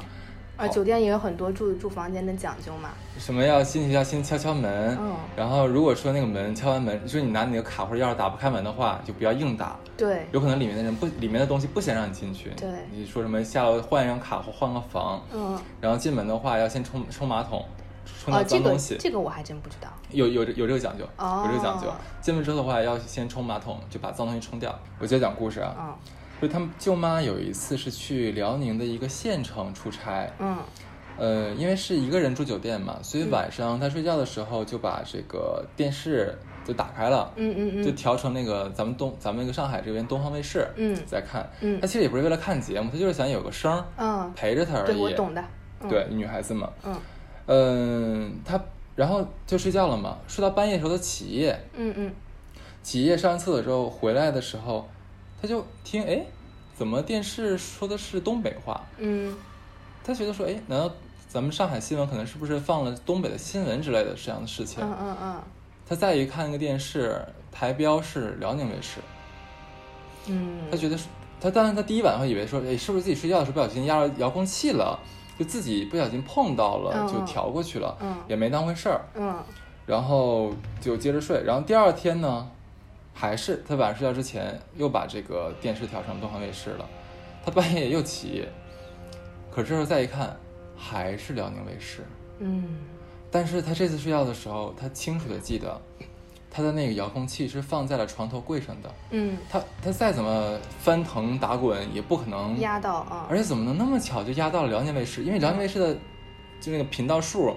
Speaker 1: 好
Speaker 2: 啊，酒店也有很多住住房间的讲究嘛。
Speaker 1: 什么要进去要先敲敲门，
Speaker 2: 嗯
Speaker 1: 然后如果说那个门敲完门，就是你拿你的卡或者钥匙打不开门的话，就不要硬打，
Speaker 2: 对，
Speaker 1: 有可能里面的人不里面的东西不想让你进去。
Speaker 2: 对
Speaker 1: 你说什么下楼换一张卡或换个房，
Speaker 2: 嗯，
Speaker 1: 然后进门的话要先冲冲马桶，冲
Speaker 2: 哦，
Speaker 1: 到
Speaker 2: 这
Speaker 1: 脏
Speaker 2: 个
Speaker 1: 东西。
Speaker 2: 这个我还真不知道。
Speaker 1: 有有这有这个讲究，
Speaker 2: 哦
Speaker 1: 有这个讲究。进门之后的话，要先冲马桶，就把脏东西冲掉。我接着讲故事啊，
Speaker 2: 嗯
Speaker 1: 就是他们舅妈有一次是去辽宁的一个县城出差，
Speaker 2: 嗯
Speaker 1: 呃，因为是一个人住酒店嘛，所以晚上她睡觉的时候就把这个电视就打开了，
Speaker 2: 嗯嗯
Speaker 1: 就
Speaker 2: 嗯
Speaker 1: 调成那个咱们东咱们那个上海这边东方卫视，
Speaker 2: 嗯
Speaker 1: 在看。她
Speaker 2: 嗯
Speaker 1: 其实也不是为了看节目，她就是想有个声儿
Speaker 2: 嗯，
Speaker 1: 陪着她而已。
Speaker 2: 对我懂的。嗯
Speaker 1: 对，女孩子嘛，
Speaker 2: 嗯
Speaker 1: 嗯，她然后就睡觉了嘛，睡到半夜的时候她起夜，
Speaker 2: 嗯嗯
Speaker 1: 起夜上完厕所之后回来的时候，她就听哎，怎么电视说的是东北话？
Speaker 2: 嗯
Speaker 1: 他觉得说，哎，难道咱们上海新闻可能是不是放了东北的新闻之类的这样的事情？
Speaker 2: 嗯嗯嗯
Speaker 1: 他再一看那个电视，台标是辽宁卫视，他
Speaker 2: 嗯，
Speaker 1: 觉得是，他当然他第一晚会以为说，哎，是不是自己睡觉的时候不小心压着遥控器了，就自己不小心碰到了，
Speaker 2: 嗯
Speaker 1: 就调过去了，
Speaker 2: 嗯
Speaker 1: 也没当回事儿，
Speaker 2: 嗯
Speaker 1: 然后就接着睡。然后第二天呢，还是他晚上睡觉之前又把这个电视调成东方卫视了，他半夜又起夜，可这时候再一看，还是辽宁卫视。
Speaker 2: 嗯
Speaker 1: 但是他这次睡觉的时候，他清楚的记得，他的那个遥控器是放在了床头柜上的。
Speaker 2: 嗯，
Speaker 1: 他他再怎么翻腾打滚，也不可能。
Speaker 2: 压到啊
Speaker 1: 而。且怎么能那么巧就压到了辽宁卫视？因为辽宁卫视的就那个频道数，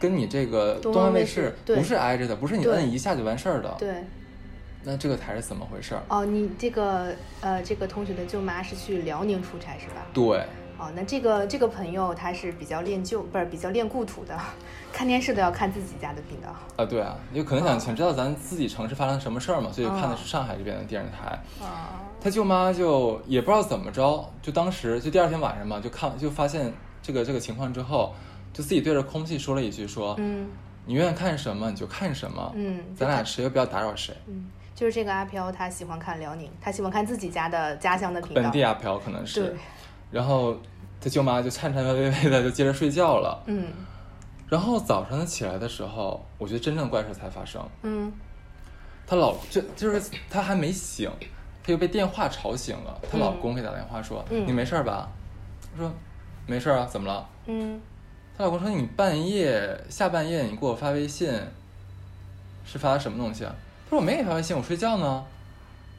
Speaker 1: 跟你这个
Speaker 2: 东
Speaker 1: 东
Speaker 2: 方
Speaker 1: 方
Speaker 2: 卫
Speaker 1: 卫
Speaker 2: 视
Speaker 1: 视
Speaker 2: 对
Speaker 1: 不是挨着的，不是你
Speaker 2: 对
Speaker 1: 摁一下就完事儿的。
Speaker 2: 对，
Speaker 1: 那这个台是怎么回事儿？
Speaker 2: 哦，你这个呃，这个同学的舅妈是去辽宁出差是吧？
Speaker 1: 对，
Speaker 2: 哦，那这个这个朋友他是比较恋旧，不是比较恋故土的，看电视都要看自己家的频道。
Speaker 1: 啊对啊，有可能想想知道咱自己城市发生什么事儿嘛，所以看
Speaker 2: 嗯
Speaker 1: 的是上海这边的电视台。
Speaker 2: 啊，
Speaker 1: 他舅妈就也不知道怎么着，就当时就第二天晚上嘛，就看就发现这个这个情况之后，就自己对着空气说了一句说：“
Speaker 2: 嗯
Speaker 1: 你愿意看什么你就看什么，
Speaker 2: 嗯，
Speaker 1: 咱俩谁也不要打扰谁。
Speaker 2: 嗯，就是这个阿飘，他喜欢看辽宁，他喜欢看自己家的家乡的”频道。
Speaker 1: 本地阿飘可能
Speaker 2: 对
Speaker 1: 是，，然后他舅妈就颤颤巍巍的就接着睡觉了。
Speaker 2: 嗯
Speaker 1: 然后早上她起来的时候，我觉得真正怪事才发生，
Speaker 2: 嗯
Speaker 1: 她老就就是她还没醒，她就被电话吵醒了。她老公给打电话说：“
Speaker 2: 嗯
Speaker 1: 你没事儿吧？”她说：“没事儿啊，怎么了？”
Speaker 2: 嗯，
Speaker 1: 她老公说：“你半夜下半夜你给我发微信，是发的什么东西啊？”她说：“我没给你发微信，我睡觉呢。”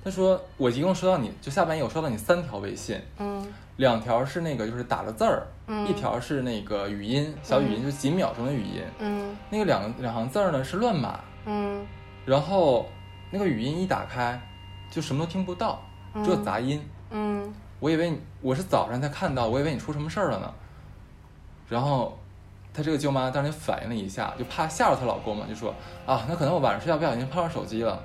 Speaker 1: 她说：“我一共收到你就下半夜我收到你三条微信，
Speaker 2: 嗯
Speaker 1: 两条是那个就是打了字儿，
Speaker 2: 嗯
Speaker 1: 一条是那个语音小语音，就几秒钟的语音。
Speaker 2: 嗯
Speaker 1: 那个两两行字儿呢是乱码，
Speaker 2: 嗯
Speaker 1: 然后那个语音一打开就什么都听不到，只有杂音。
Speaker 2: 嗯
Speaker 1: 我以为你我是早上才看到，我以为你出什么事儿了呢。然后她这个舅妈当时反应了一下，就怕吓着她老公嘛，就说啊，那可能我晚上睡觉不小心碰上手机了。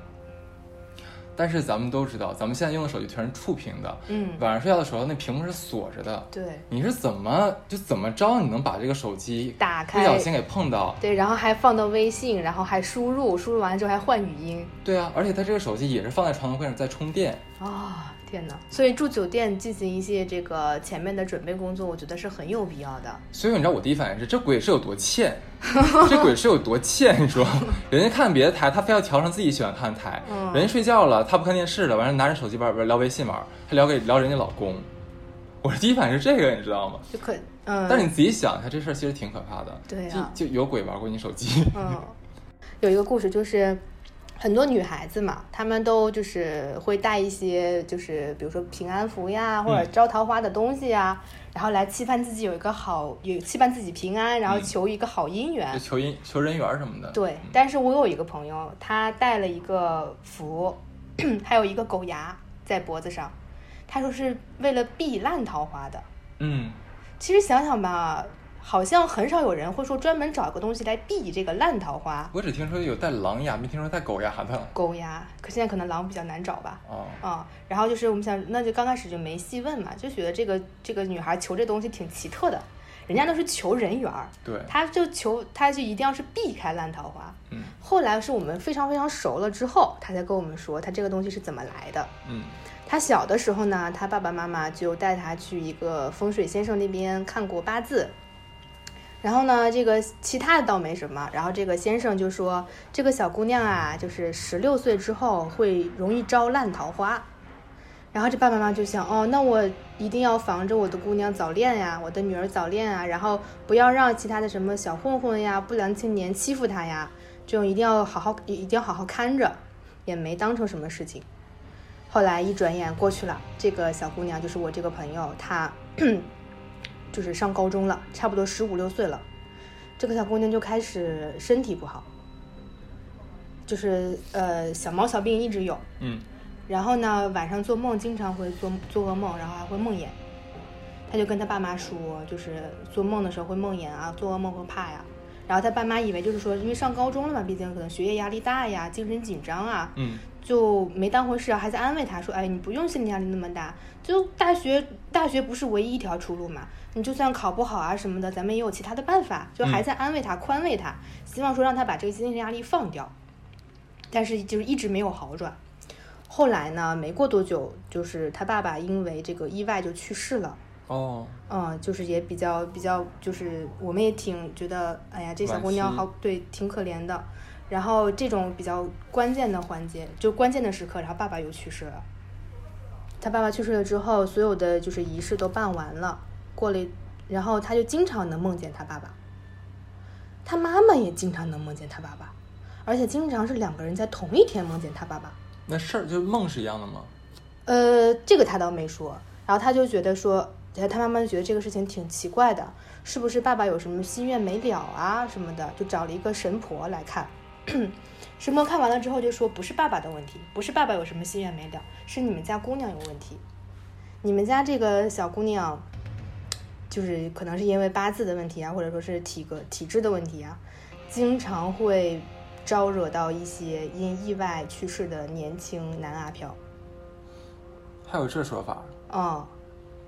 Speaker 1: 但是咱们都知道，咱们现在用的手机全是触屏的，
Speaker 2: 嗯，
Speaker 1: 晚上睡觉的时候那屏幕是锁着的，
Speaker 2: 对，
Speaker 1: 你是怎么就怎么着你能把这个手机
Speaker 2: 打
Speaker 1: 不
Speaker 2: 开，
Speaker 1: 小心给碰到？
Speaker 2: 对，然后还放到微信，然后还输入，输入完了之后还换语音。
Speaker 1: 对啊，而且她这个手机也是放在床头柜上在充电，
Speaker 2: 啊、天哪！所以住酒店进行一些这个前面的准备工作，我觉得是很有必要的。
Speaker 1: 所以你知道我第一反应是这鬼是有多 欠，这鬼是有多欠？你说，人家看别的台，他非要调成自己喜欢看的台，
Speaker 2: 嗯
Speaker 1: 人家睡觉了，他不看电视了，完了拿着手机玩玩聊微信玩，还聊给聊人家老公。我的第一反应是这个，你知道吗？
Speaker 2: 就可嗯，
Speaker 1: 但是你自己想一下，这事儿其实挺可怕的。
Speaker 2: 对啊
Speaker 1: 就就有鬼玩过你手机。
Speaker 2: 嗯，有一个故事就是，很多女孩子嘛，她们都就是会带一些，就是比如说平安符呀，或者
Speaker 1: 嗯
Speaker 2: 招桃花的东西呀，然后来期盼自己有一个好，有期盼自己平安，然后
Speaker 1: 嗯
Speaker 2: 求一个好姻缘。
Speaker 1: 就求姻求人缘儿什么的。
Speaker 2: 对，但是我有一个朋友，他戴了一个符， 还有一个狗牙在脖子上，他说是为了避烂桃花的。
Speaker 1: 嗯，
Speaker 2: 其实想想吧，好像很少有人会说专门找一个东西来避这个烂桃花、
Speaker 1: 我只听说有带狼牙，没听说带狗牙的。
Speaker 2: 狗牙，可现在可能狼比较难找吧。
Speaker 1: 哦，
Speaker 2: 啊、然后就是我们想，那就刚开始就没细问嘛，就觉得这个这个女孩求这东西挺奇特的，人家都是求人缘儿，
Speaker 1: 对，
Speaker 2: 她就求，她就一定要是避开烂桃花。
Speaker 1: 嗯
Speaker 2: 后来是我们非常非常熟了之后，他才跟我们说他这个东西是怎么来的。
Speaker 1: 嗯
Speaker 2: 他小的时候呢，他爸爸妈妈就带他去一个风水先生那边看过八字。然后呢，这个其他的倒没什么。然后这个先生就说，这个小姑娘啊，就是十六岁之后会容易招烂桃花。然后这爸爸妈妈就想，哦，那我一定要防着我的姑娘早恋呀，我的女儿早恋啊，然后不要让其他的什么小混混呀、不良青年欺负她呀，这种一定要好好，一定要好好看着，也没当成什么事情。后来一转眼过去了，这个小姑娘就是我这个朋友，她 就是上高中了，差不多十五六岁了。这个小姑娘就开始身体不好，就是呃小毛小病一直有，
Speaker 1: 嗯，
Speaker 2: 然后呢，晚上做梦经常会做做噩梦，然后还会梦魇。他就跟他爸妈说，就是做梦的时候会梦魇啊，做噩梦会怕呀。然后他爸妈以为就是说，因为上高中了嘛，毕竟可能学业压力大呀，精神紧张啊，
Speaker 1: 嗯，
Speaker 2: 就没当回事啊，还在安慰他说，哎，你不用心理压力那么大，就大学大学不是唯一一条出路嘛，你就算考不好啊什么的，咱们也有其他的办法，就还在安慰他、宽慰他，希望说让他把这个精神压力放掉。但是就是一直没有好转。后来呢，没过多久，就是他爸爸因为这个意外就去世了。
Speaker 1: 哦，
Speaker 2: 嗯，就是也比较比较，就是我们也挺觉得，哎呀，这小姑娘
Speaker 1: 惋惜
Speaker 2: 好，对，挺可怜的。然后这种比较关键的环节，就关键的时刻，然后爸爸又去世了。他爸爸去世了之后，所有的就是仪式都办完了，过了一，然后他就经常能梦见他爸爸，他妈妈也经常能梦见他爸爸，而且经常是两个人在同一天梦见他爸爸。
Speaker 1: 那事儿就梦是一样的吗？
Speaker 2: 呃，这个他倒没说，然后他就觉得说，他妈妈就觉得这个事情挺奇怪的，是不是爸爸有什么心愿没了啊什么的，就找了一个神婆来看。 神婆看完了之后就说，不是爸爸的问题，不是爸爸有什么心愿没了，是你们家姑娘有问题，你们家这个小姑娘，就是可能是因为八字的问题啊，或者说是体格体质的问题啊，经常会招惹到一些因意外去世的年轻男阿飘。
Speaker 1: 还有这说法？
Speaker 2: 哦，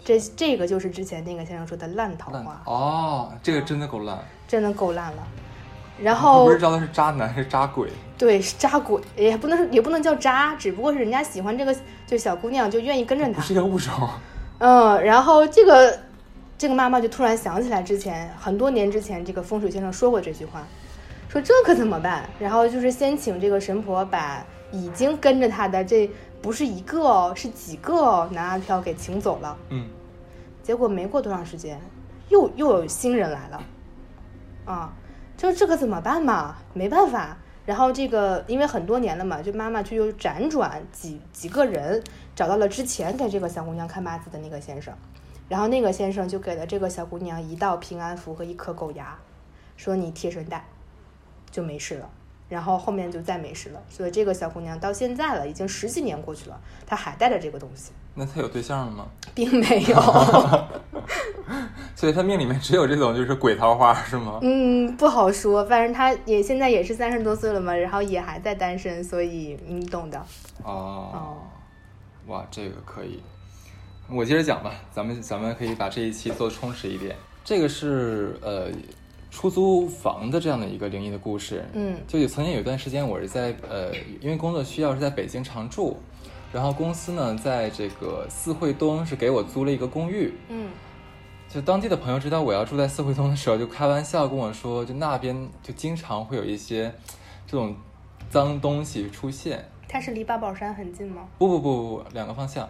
Speaker 2: 这这个就是之前那个先生说的烂桃
Speaker 1: 烂
Speaker 2: 花，
Speaker 1: 哦，这个真的够烂。
Speaker 2: 真的够烂了。然
Speaker 1: 我
Speaker 2: 后
Speaker 1: 不是招的是渣男，是渣鬼。
Speaker 2: 对是渣鬼也不能说也不能叫渣，只不过是人家喜欢这个就小姑娘就愿意跟着
Speaker 1: 不
Speaker 2: 他
Speaker 1: 是，一个物种。
Speaker 2: 嗯，然后这个这个妈妈就突然想起来之前很多年之前这个风水先生说过这句话，说这可怎么办？然后就是先请这个神婆把已经跟着她的这不是一个哦，是几个哦男阿飘给请走了。
Speaker 1: 嗯，
Speaker 2: 结果没过多长时间，又又有新人来了，啊，就这可怎么办嘛？没办法。然后这个因为很多年了嘛，就妈妈就又辗转几几个人找到了之前给这个小姑娘看八字的那个先生，然后那个先生就给了这个小姑娘一道平安符和一颗狗牙，说你贴身带，就没事了。然后后面就再没事了，所以这个小姑娘到现在了，已经十几年过去了，她还带着这个东西，
Speaker 1: 那他有对象了吗？
Speaker 2: 并没有。
Speaker 1: 所以他命里面只有这种就是鬼桃花是吗？
Speaker 2: 嗯，不好说，反正他也现在也是三十多岁了嘛，然后也还在单身，所以你懂的。
Speaker 1: 哦
Speaker 2: 哦，
Speaker 1: 哇，这个可以。我接着讲吧，咱们咱们可以把这一期做充实一点。这个是呃出租房的这样的一个灵异的故事。
Speaker 2: 嗯
Speaker 1: 就有曾经有一段时间，我是在呃因为工作需要是在北京常住，然后公司呢在这个四惠东是给我租了一个公寓。
Speaker 2: 嗯
Speaker 1: 就当地的朋友知道我要住在四惠东的时候，就开玩笑跟我说，就那边就经常会有一些这种脏东西出现。
Speaker 2: 它是离八宝山很近吗？
Speaker 1: 不不不不，两个方向。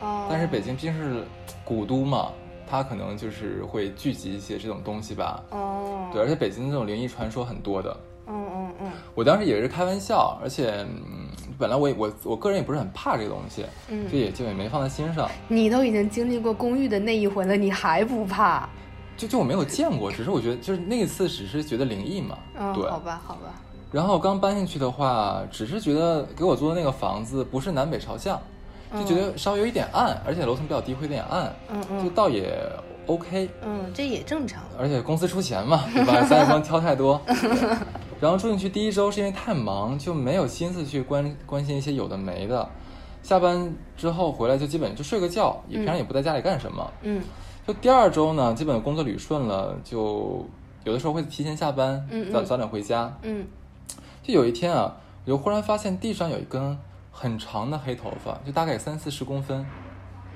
Speaker 2: 哦，
Speaker 1: 但是北京毕竟是古都嘛，它可能就是会聚集一些这种东西吧。
Speaker 2: 哦，
Speaker 1: 对，而且北京这种灵异传说很多的。
Speaker 2: 嗯嗯嗯
Speaker 1: 我当时也是开玩笑，而且、嗯、本来我也我我个人也不是很怕这个东西，
Speaker 2: 嗯
Speaker 1: 所以也就也没放在心上。
Speaker 2: 你都已经经历过公寓的那一回了，你还不怕？
Speaker 1: 就就我没有见过，只是我觉得就是那一次只是觉得灵异嘛，
Speaker 2: 嗯，
Speaker 1: 对。
Speaker 2: 好吧，好吧，
Speaker 1: 然后刚搬进去的话，只是觉得给我租的那个房子不是南北朝向，就觉得稍微有一点暗，而且楼层比较低，会有点暗，
Speaker 2: 嗯
Speaker 1: 就
Speaker 2: 嗯
Speaker 1: 倒也 OK。
Speaker 2: 嗯，这也正常。
Speaker 1: 而且公司出钱嘛，对吧？咱也不能挑太 多。对然后住进去第一周是因为太忙，就没有心思去关关心一些有的没的。下班之后回来就基本就睡个觉，也平常也不在家里干什么。
Speaker 2: 嗯
Speaker 1: 就第二周呢，基本工作捋顺了，就有的时候会提前下班，
Speaker 2: 嗯嗯
Speaker 1: 早早点回家。
Speaker 2: 嗯
Speaker 1: 就有一天啊，我就忽然发现地上有一根很长的黑头发，就大概三四十公分，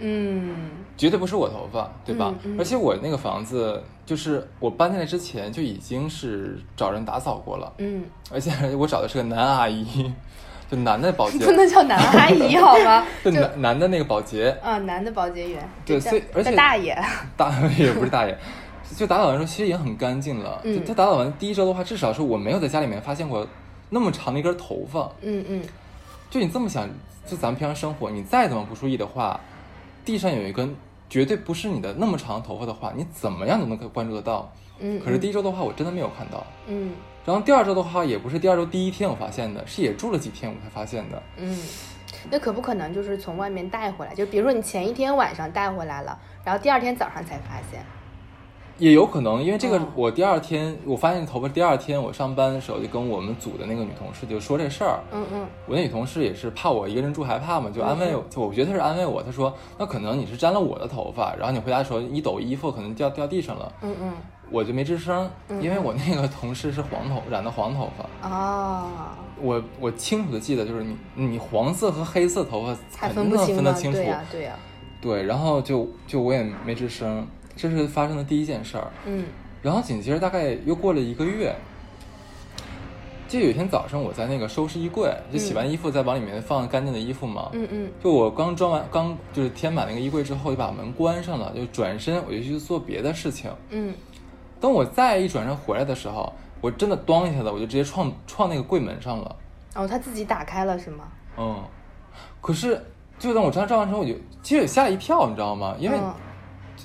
Speaker 2: 嗯
Speaker 1: 绝对不是我头发，对吧？
Speaker 2: 嗯嗯
Speaker 1: 而且我那个房子，就是我搬进来之前就已经是找人打扫过了，
Speaker 2: 嗯，
Speaker 1: 而且 我找的是个男阿姨， 就男的保洁
Speaker 2: 不，能叫男阿姨好吗？
Speaker 1: 就男男的那个保洁，
Speaker 2: 啊，男的保洁员，
Speaker 1: 对
Speaker 2: 这
Speaker 1: 所以而且
Speaker 2: 这大爷，
Speaker 1: 大 也不是大爷，就打扫完之后其实也很干净了。
Speaker 2: 嗯
Speaker 1: 就他打扫完第一周的话，至少是我没有在家里面发现过那么长的一根头发。
Speaker 2: 嗯嗯
Speaker 1: 就你这么想，就咱们平常生活，你再怎么不注意的话，地上有一根绝对不是你的那么长的头发的话，你怎么样都能关注得到。
Speaker 2: 嗯，
Speaker 1: 可是第一周的话，我真的没有看到。
Speaker 2: 嗯
Speaker 1: 然后第二周的话，也不是第二周第一天我发现的，是也住了几天我才发现的。
Speaker 2: 嗯，那可不可能就是从外面带回来？就比如说你前一天晚上带回来了，然后第二天早上才发现。
Speaker 1: 也有可能，因为这个
Speaker 2: 哦，
Speaker 1: 我第二天我发现头发，第二天我上班的时候就跟我们组的那个女同事就说这事儿。
Speaker 2: 嗯嗯
Speaker 1: 我那女同事也是怕我一个人住害怕嘛，就安慰我，就我觉得她是安慰我，她说那可能你是沾了我的头发，然后你回家的时候一抖衣服可能掉掉地上了，
Speaker 2: 嗯嗯，
Speaker 1: 我就没吱声，因为我那个同事是黄头染的黄头发，
Speaker 2: 哦，
Speaker 1: 我我清楚的记得就是你你黄色和黑色头发
Speaker 2: 还
Speaker 1: 肯
Speaker 2: 分
Speaker 1: 定
Speaker 2: 不
Speaker 1: 能分
Speaker 2: 清吗
Speaker 1: 得？清楚
Speaker 2: 对，啊呀、对呀、
Speaker 1: 对，然后就就我也没吱声，这是发生的第一件事儿。
Speaker 2: 嗯
Speaker 1: 然后紧接着大概又过了一个月，就有一天早上我在那个收拾衣柜，就洗完衣服再往里面放干净的衣服嘛。
Speaker 2: 嗯嗯
Speaker 1: 就我刚装完，刚就是填满那个衣柜之后，就把门关上了，就转身我就去做别的事情。
Speaker 2: 嗯，
Speaker 1: 等我再一转身回来的时候，我真的咣一下子，我就直接撞撞那个柜门上了。
Speaker 2: 哦，他自己打开了是吗？
Speaker 1: 嗯，可是就当我撞撞完之后，我就其实也吓了一跳，你知道吗？因为
Speaker 2: 嗯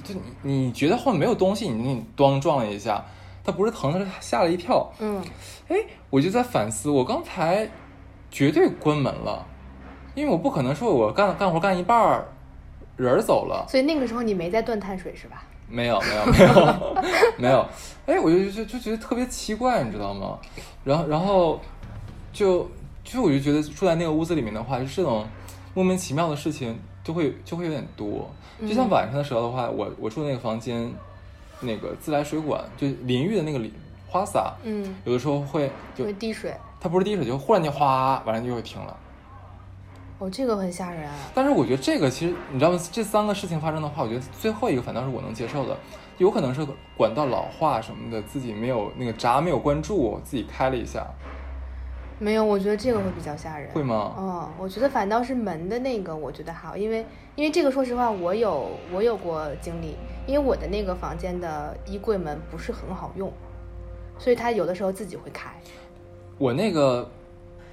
Speaker 1: 就就你你觉得后面没有东西，你你咣撞了一下，它不是疼，它是吓了一跳。
Speaker 2: 嗯
Speaker 1: 哎，我就在反思，我刚才绝对关门了，因为我不可能说我干干活干一半儿，人儿走了，
Speaker 2: 所以那个时候你没在断碳水是吧？
Speaker 1: 没有没有没有 没有，哎，我就就就觉得特别奇怪，你知道吗？然后然后就就我就觉得住在那个屋子里面的话，就是这种莫名其妙的事情就会就会有点多，就像晚上的时候的话，我我住的那个房间，那个自来水管就淋浴的那个淋花洒，
Speaker 2: 嗯，
Speaker 1: 有的时候会就
Speaker 2: 会滴水。
Speaker 1: 它不是滴水，就忽然间哗，完了就会停了。
Speaker 2: 哦，这个很吓人啊。
Speaker 1: 但是我觉得这个其实你知道吗？这三个事情发生的话，我觉得最后一个反倒是我能接受的，有可能是管道老化什么的，自己没有那个闸没有关注，自己开了一下，
Speaker 2: 没有，我觉得这个会比较吓人。
Speaker 1: 会吗？
Speaker 2: 嗯，我觉得反倒是门的那个，我觉得好，因为因为这个，说实话，我有我有过经历，因为我的那个房间的衣柜门不是很好用，所以它有的时候自己会开。
Speaker 1: 我那个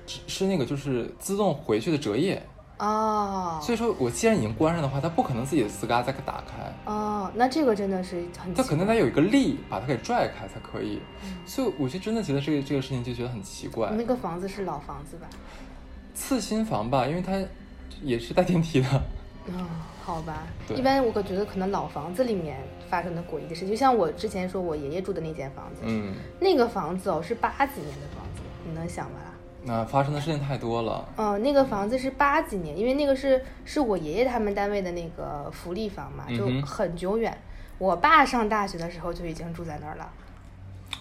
Speaker 1: 是是那个就是自动回去的折页，
Speaker 2: 哦
Speaker 1: 所以说我既然已经关上的话，它不可能自己自嘎再打开，
Speaker 2: 哦，那这个真的是很
Speaker 1: 它
Speaker 2: 奇
Speaker 1: 可能得有一个力把它给拽开才可以。所以我就真的觉得这个这个事情就觉得很奇怪。
Speaker 2: 那个房子是老房子吧？
Speaker 1: 次新房吧，因为它也是带电梯的。
Speaker 2: 嗯，好吧。
Speaker 1: 对
Speaker 2: 一般我可觉得可能老房子里面发生的诡异的事，就像我之前说我爷爷住的那间房子，
Speaker 1: 嗯，
Speaker 2: 那个房子哦是八几年的房子，你能想吧？
Speaker 1: 那发生的事情太多了。
Speaker 2: 嗯、那个房子是八几年，因为那个是是我爷爷他们单位的那个福利房嘛，就
Speaker 1: 嗯哼
Speaker 2: 很久远。我爸上大学的时候就已经住在那儿了。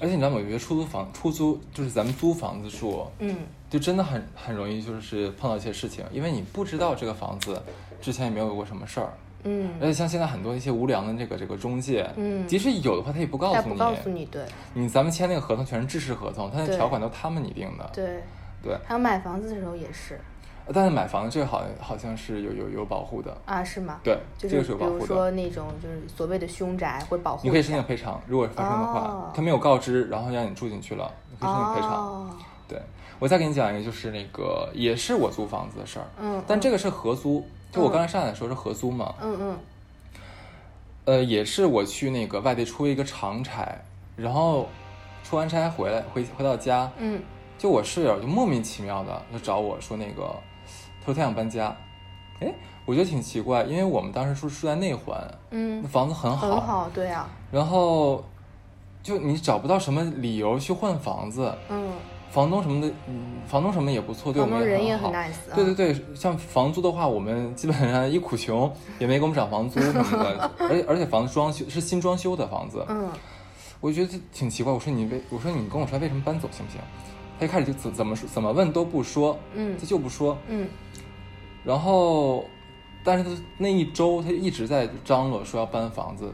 Speaker 1: 而且你知道吗？我觉得出租房、出租就是咱们租房子住，
Speaker 2: 嗯
Speaker 1: 就真的很很容易就是碰到一些事情，因为你不知道这个房子之前也没有过什么事儿。而
Speaker 2: 嗯，
Speaker 1: 且像现在很多一些无良的这个这个中介，
Speaker 2: 嗯
Speaker 1: 即使有的话，他也不告
Speaker 2: 他
Speaker 1: 诉
Speaker 2: 不
Speaker 1: 你。
Speaker 2: 告诉你，对
Speaker 1: 你咱们签那个合同全是制式合同，他那
Speaker 2: 对
Speaker 1: 条款都他们拟定的。
Speaker 2: 对。
Speaker 1: 对，
Speaker 2: 还有买房子的时候也是
Speaker 1: 但是买房子这个好好像是有有有保护的，
Speaker 2: 啊，是吗？
Speaker 1: 对，
Speaker 2: 就
Speaker 1: 这
Speaker 2: 是
Speaker 1: 个是有
Speaker 2: 比
Speaker 1: 保
Speaker 2: 如
Speaker 1: 护的。
Speaker 2: 说那种就是所谓的凶宅会保护
Speaker 1: 你可以
Speaker 2: 一
Speaker 1: 申
Speaker 2: 下
Speaker 1: 请赔偿，如果发生的话，
Speaker 2: 哦
Speaker 1: 他没有告知，然后让你住进去了，你可以申请赔偿。
Speaker 2: 哦，
Speaker 1: 对，我再给你讲一个，就是那个也是我租房子的事儿，
Speaker 2: 嗯，
Speaker 1: 但这
Speaker 2: 个，
Speaker 1: 个是合租，就我刚才上来的时候是合租嘛，
Speaker 2: 嗯嗯
Speaker 1: 呃，也是我去那个外地出一个长差，然后出完差回来回回到家，
Speaker 2: 嗯
Speaker 1: 就我室友就莫名其妙的就找我说那个，他说他想搬家，哎，我觉得挺奇怪，因为我们当时住住在内环，那
Speaker 2: 嗯，
Speaker 1: 房子很
Speaker 2: 很好，对啊，
Speaker 1: 然后就你找不到什么理由去换房子，
Speaker 2: 嗯，
Speaker 1: 房东什么的，嗯，房东什么的也不错，对我
Speaker 2: 房
Speaker 1: 们
Speaker 2: 东人也
Speaker 1: 很
Speaker 2: 很
Speaker 1: 好。
Speaker 2: nice，啊
Speaker 1: 对对对，像房租的话，我们基本上一苦穷也没给我们涨房租什么的，而且而且房子装修是新装修的房子，
Speaker 2: 嗯
Speaker 1: 我觉得挺奇怪。我说你为我说你跟我说为什么搬走行不行？他一开始就怎怎么说怎么问都不说，
Speaker 2: 嗯
Speaker 1: 他就不说。
Speaker 2: 嗯
Speaker 1: 然后，但是他那一周他一直在张罗说要搬房子，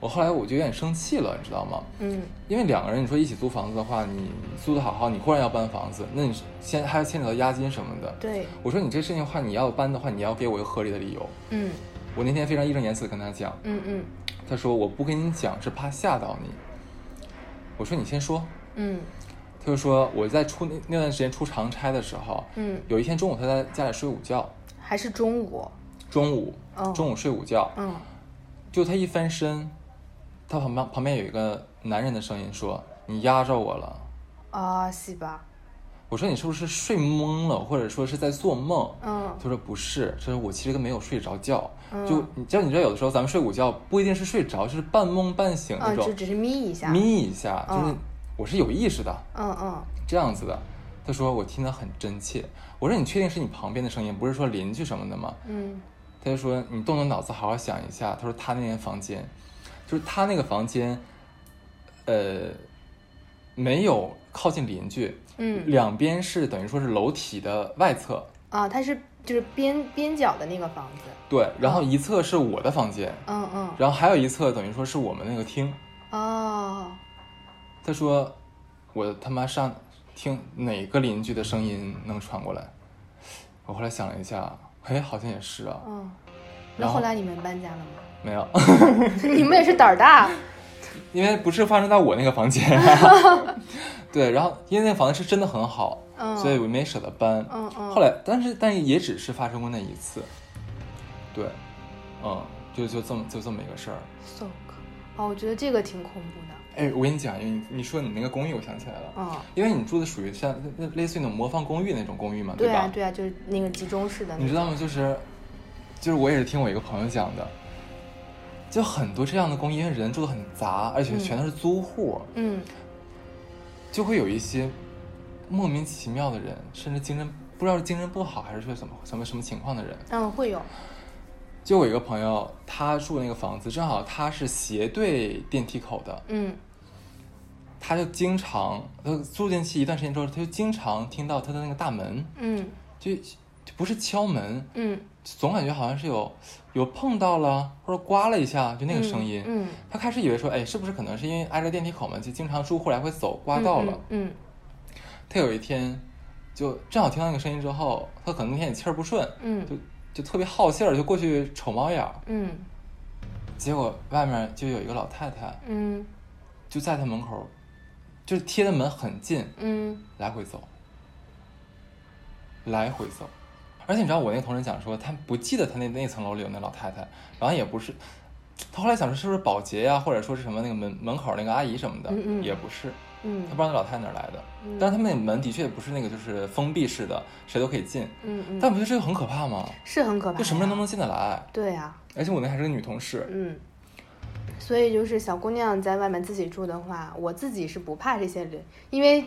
Speaker 1: 我后来我就有点生气了，你知道吗？
Speaker 2: 嗯
Speaker 1: 因为两个人你说一起租房子的话，你租的好好，你忽然要搬房子，那你先还要牵扯到押金什么的。
Speaker 2: 对，
Speaker 1: 我说你这事情的话，你要搬的话，你要给我一个合理的理由。
Speaker 2: 嗯
Speaker 1: 我那天非常义正言辞地跟他讲，
Speaker 2: 嗯嗯
Speaker 1: 他说我不跟你讲是怕吓到你。我说你先说，
Speaker 2: 嗯
Speaker 1: 他就说我在出那那段时间出长差的时候，
Speaker 2: 嗯，
Speaker 1: 有一天中午他在家里睡午觉，
Speaker 2: 还是中午，
Speaker 1: 中午
Speaker 2: 哦
Speaker 1: 中午睡午觉，
Speaker 2: 嗯
Speaker 1: 就他一翻身，他旁边旁边有一个男人的声音说你压着我了。
Speaker 2: 啊，是吧？
Speaker 1: 我说你是不是睡懵了，或者说是在做梦？
Speaker 2: 嗯
Speaker 1: 他说不是，他说我其实根本没有睡着觉，
Speaker 2: 嗯
Speaker 1: 就你知道，你知道有的时候咱们睡午觉不一定是睡着，就是半梦半醒那
Speaker 2: 嗯，就
Speaker 1: 种，
Speaker 2: 只是眯一下，
Speaker 1: 眯一下，就是
Speaker 2: 嗯
Speaker 1: 我是有意识的
Speaker 2: 嗯嗯
Speaker 1: 这样子的。他说我听得很真切，我说你确定是你旁边的声音，不是说邻居什么的吗？
Speaker 2: 嗯
Speaker 1: 他就说你动动脑子好好想一下。他说他那间房间，就是他那个房间，呃，没有靠近邻居，
Speaker 2: 嗯
Speaker 1: 两边是等于说是楼体的外侧，
Speaker 2: 啊，它是就是边边角的那个房子，
Speaker 1: 对，然后一侧是我的房间，
Speaker 2: 嗯嗯。
Speaker 1: 然后还有一侧等于说是我们那个厅。
Speaker 2: 哦，
Speaker 1: 他说，我他妈上听哪个邻居的声音能传过来？我后来想了一下，嘿，好像也是啊，
Speaker 2: 嗯，那
Speaker 1: 然后
Speaker 2: 后来你们搬家了吗？
Speaker 1: 没有，
Speaker 2: 你们也是胆儿大，啊
Speaker 1: 因为不是发生在我那个 房间、对，然后因为那房子是真的很好，
Speaker 2: 嗯，
Speaker 1: 所以我没舍得搬。
Speaker 2: 嗯嗯，
Speaker 1: 后来，但是但也只是发生过那一次，对，嗯，就就这么就这么一个事儿。
Speaker 2: so 可哦，我觉得这个挺恐怖的，
Speaker 1: 哎，我跟你讲，因为你你说你那个公寓，我想起来了，
Speaker 2: 嗯，
Speaker 1: 因为你住的属于像那类似于那种魔方公寓那种公寓嘛，
Speaker 2: 对
Speaker 1: 吧？
Speaker 2: 啊对啊，就是那个集中式的那
Speaker 1: 你知
Speaker 2: 种，
Speaker 1: 道吗？就是，就是我也是听我一个朋友讲的，就很多这样的公寓，因为人住的很杂，而且
Speaker 2: 嗯
Speaker 1: 全都是租户，
Speaker 2: 嗯，
Speaker 1: 就会有一些莫名其妙的人，甚至精神不知道是精神不好还是说什么什么什么情况的人。
Speaker 2: 嗯会有，
Speaker 1: 就我有一个朋友，他住那个房子，正好他是斜对电梯口的，
Speaker 2: 嗯
Speaker 1: 他就经常，他住进去一段时间之后，他就经常听到他的那个大门，
Speaker 2: 嗯
Speaker 1: 就就不是敲门，
Speaker 2: 嗯，
Speaker 1: 总感觉好像是有有碰到了或者刮了一下，就那个
Speaker 2: 嗯
Speaker 1: 声音。
Speaker 2: 嗯，
Speaker 1: 他开始以为说，哎，是不是可能是因为挨着电梯口嘛，就经常住户来回走，刮到了。
Speaker 2: 嗯，
Speaker 1: 他有一天就正好听到那个声音之后，他可能那天也气儿不顺，
Speaker 2: 嗯
Speaker 1: 就就特别好信儿，就过去瞅猫眼儿。
Speaker 2: 嗯
Speaker 1: 结果外面就有一个老太太
Speaker 2: 嗯嗯
Speaker 1: 就在他门口，就是贴的门很近，
Speaker 2: 嗯
Speaker 1: 来回走，来回走。而且你知道，我那同事讲说，他不记得他那那层楼里有那老太太，然后也不是，他后来想说是不是保洁呀、或者说是什么那个门门口那个阿姨什么的，
Speaker 2: 嗯嗯
Speaker 1: 也不是，他不
Speaker 2: 嗯
Speaker 1: 知道那老太太哪儿来的。
Speaker 2: 嗯
Speaker 1: 但是他们那门的确不是那个就是封闭式的，谁都可以进。
Speaker 2: 嗯，
Speaker 1: 但我觉得这个很可怕吗？
Speaker 2: 是很可怕，
Speaker 1: 就什么人都能，进得来，
Speaker 2: 对啊，
Speaker 1: 而且我那还是个女同事。
Speaker 2: 嗯，所以就是小姑娘在外面自己住的话，我自己是不怕这些人，因为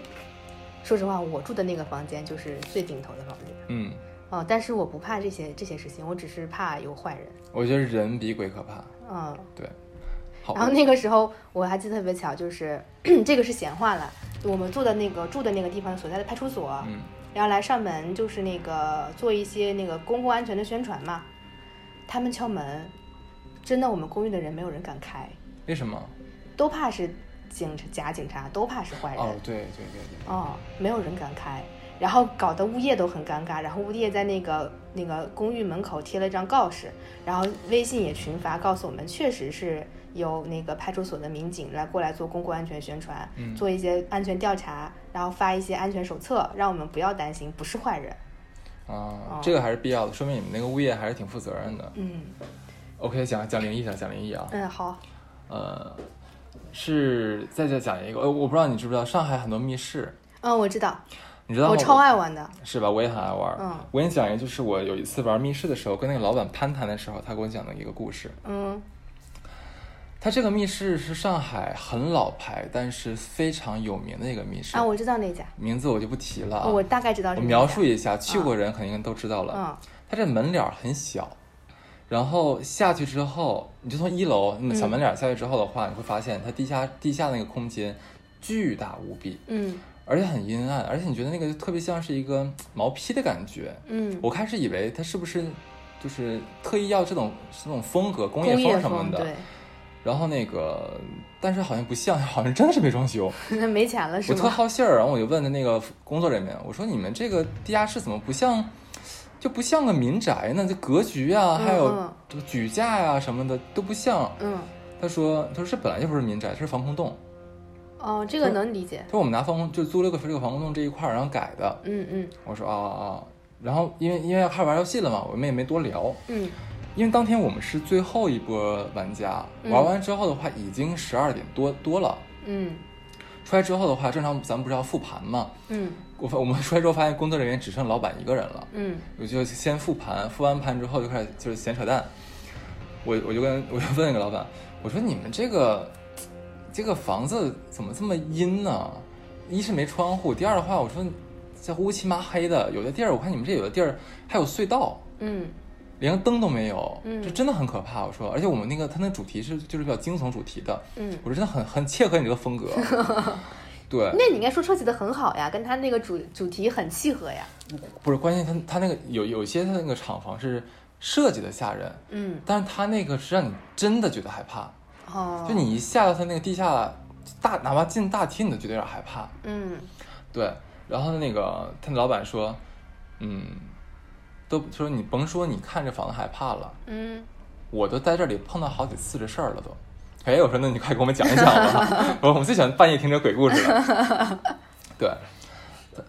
Speaker 2: 说实话，我住的那个房间就是最顶头的房间
Speaker 1: 嗯，
Speaker 2: 哦，但是我不怕这些这些事情，我只是怕有坏人，
Speaker 1: 我觉得人比鬼可怕。
Speaker 2: 嗯。
Speaker 1: 对，好。
Speaker 2: 然后那个时候我还记得特别巧，就是 这个是闲话了，我们住的那个住的那个地方所在的派出所，
Speaker 1: 嗯
Speaker 2: 然后来上门就是那个做一些那个公共安全的宣传嘛，他们敲门，真的我们公寓的人没有人敢开。
Speaker 1: 为什么？
Speaker 2: 都怕是警察假警察，都怕是坏人
Speaker 1: 哦，对对对对。
Speaker 2: 哦没有人敢开，然后搞得物业都很尴尬，然后物业在那个那个公寓门口贴了一张告示，然后微信也群发告诉我们，确实是有那个派出所的民警来过来做公共安全宣传，
Speaker 1: 嗯
Speaker 2: 做一些安全调查，然后发一些安全手册，让我们不要担心，不是坏人。哦
Speaker 1: 啊，这个还是必要的，说明你们那个物业还是挺负责任的。
Speaker 2: 嗯
Speaker 1: OK，讲讲灵异讲讲灵异啊，
Speaker 2: 嗯，好，
Speaker 1: 呃，是再再讲一个，呃，我不知道你知不知道，上海很多密室，
Speaker 2: 嗯，我知道，
Speaker 1: 你知道吗？
Speaker 2: 我超爱玩的。
Speaker 1: 是吧？我也很爱玩。
Speaker 2: 嗯
Speaker 1: 我跟你讲一个，就是我有一次玩密室的时候，跟那个老板攀谈的时候，他给我讲的一个故事。
Speaker 2: 嗯
Speaker 1: 他这个密室是上海很老牌，但是非常有名的一个密室，
Speaker 2: 啊，我知道那家，
Speaker 1: 名字我就不提了啊。
Speaker 2: 我大概知道
Speaker 1: 我
Speaker 2: 是哪家。
Speaker 1: 描述一下，去过人肯定都知道了。
Speaker 2: 啊嗯
Speaker 1: 它这门脸儿很小，然后下去之后，你就从一楼那么小门脸儿下去之后的话，你会发现它地下地下那个空间巨大无比，
Speaker 2: 嗯
Speaker 1: 而且很阴暗，而且你觉得那个就特别像是一个嗯毛坯的感觉。
Speaker 2: 嗯，
Speaker 1: 我开始以为它是不是就是特意要这种这种风格，工业
Speaker 2: 工业
Speaker 1: 什么的。
Speaker 2: 对，
Speaker 1: 然后那个，但是好像不像，好像真的是没装修。
Speaker 2: 那 没钱了是
Speaker 1: 我特
Speaker 2: 吗？
Speaker 1: 好信儿，然后我就问他那个工作人员，我说你们这个地下室怎么不像，就不像个民宅呢？这格局啊，
Speaker 2: 嗯
Speaker 1: 还有
Speaker 2: 嗯
Speaker 1: 这个举架呀、什么的都不像。
Speaker 2: 嗯，
Speaker 1: 他说，他说这本来就不是民宅，这是防空洞。
Speaker 2: 哦，这个能理解。
Speaker 1: 他说我们拿防空就租了个这个防空洞这一块儿，然后改的。
Speaker 2: 嗯嗯
Speaker 1: 我说啊啊啊，然后因为因为要开始玩游戏了嘛，我们也没多聊，
Speaker 2: 嗯
Speaker 1: 因为当天我们是最后一波玩家，
Speaker 2: 嗯
Speaker 1: 玩完之后的话已经十二点多多了。
Speaker 2: 嗯
Speaker 1: 出来之后的话，正常咱们不是要复盘吗？
Speaker 2: 嗯
Speaker 1: 我发我们出来之后发现工作人员只剩老板一个人了，
Speaker 2: 嗯
Speaker 1: 我就先复盘，复完盘之后就开始就是闲扯淡。我我就跟我就问那个老板，我说你们这个这个房子怎么这么阴呢？一是没窗户，第二的话，我说这乌漆麻黑的，有的地儿我看你们这有的地儿还有隧道，
Speaker 2: 嗯
Speaker 1: 连灯都没有，
Speaker 2: 嗯
Speaker 1: 这真的很可怕。我说，而且我们那个他那主题是就是比较惊悚主题的，
Speaker 2: 嗯。
Speaker 1: 我说真的很很切合你这个风 格。对，
Speaker 2: 那你应该说设计的很好呀，跟他那个主主题很契合呀。
Speaker 1: 不是关键，他他那个有有些他那个厂房是设计的吓人，
Speaker 2: 嗯，
Speaker 1: 但是他那个是让你真的觉得害怕，
Speaker 2: 哦，
Speaker 1: 就，你一下到他那个地下大，哪怕进大厅你都觉得有点害怕。
Speaker 2: 嗯
Speaker 1: 对，然后那个他老板说，嗯，都说你甭说你看这房子害怕了，
Speaker 2: 嗯，
Speaker 1: 我都在这里碰到好几次这事儿了都。哎，我说那你快给我们讲一讲吧，我我们最喜欢半夜听这鬼故事了。对，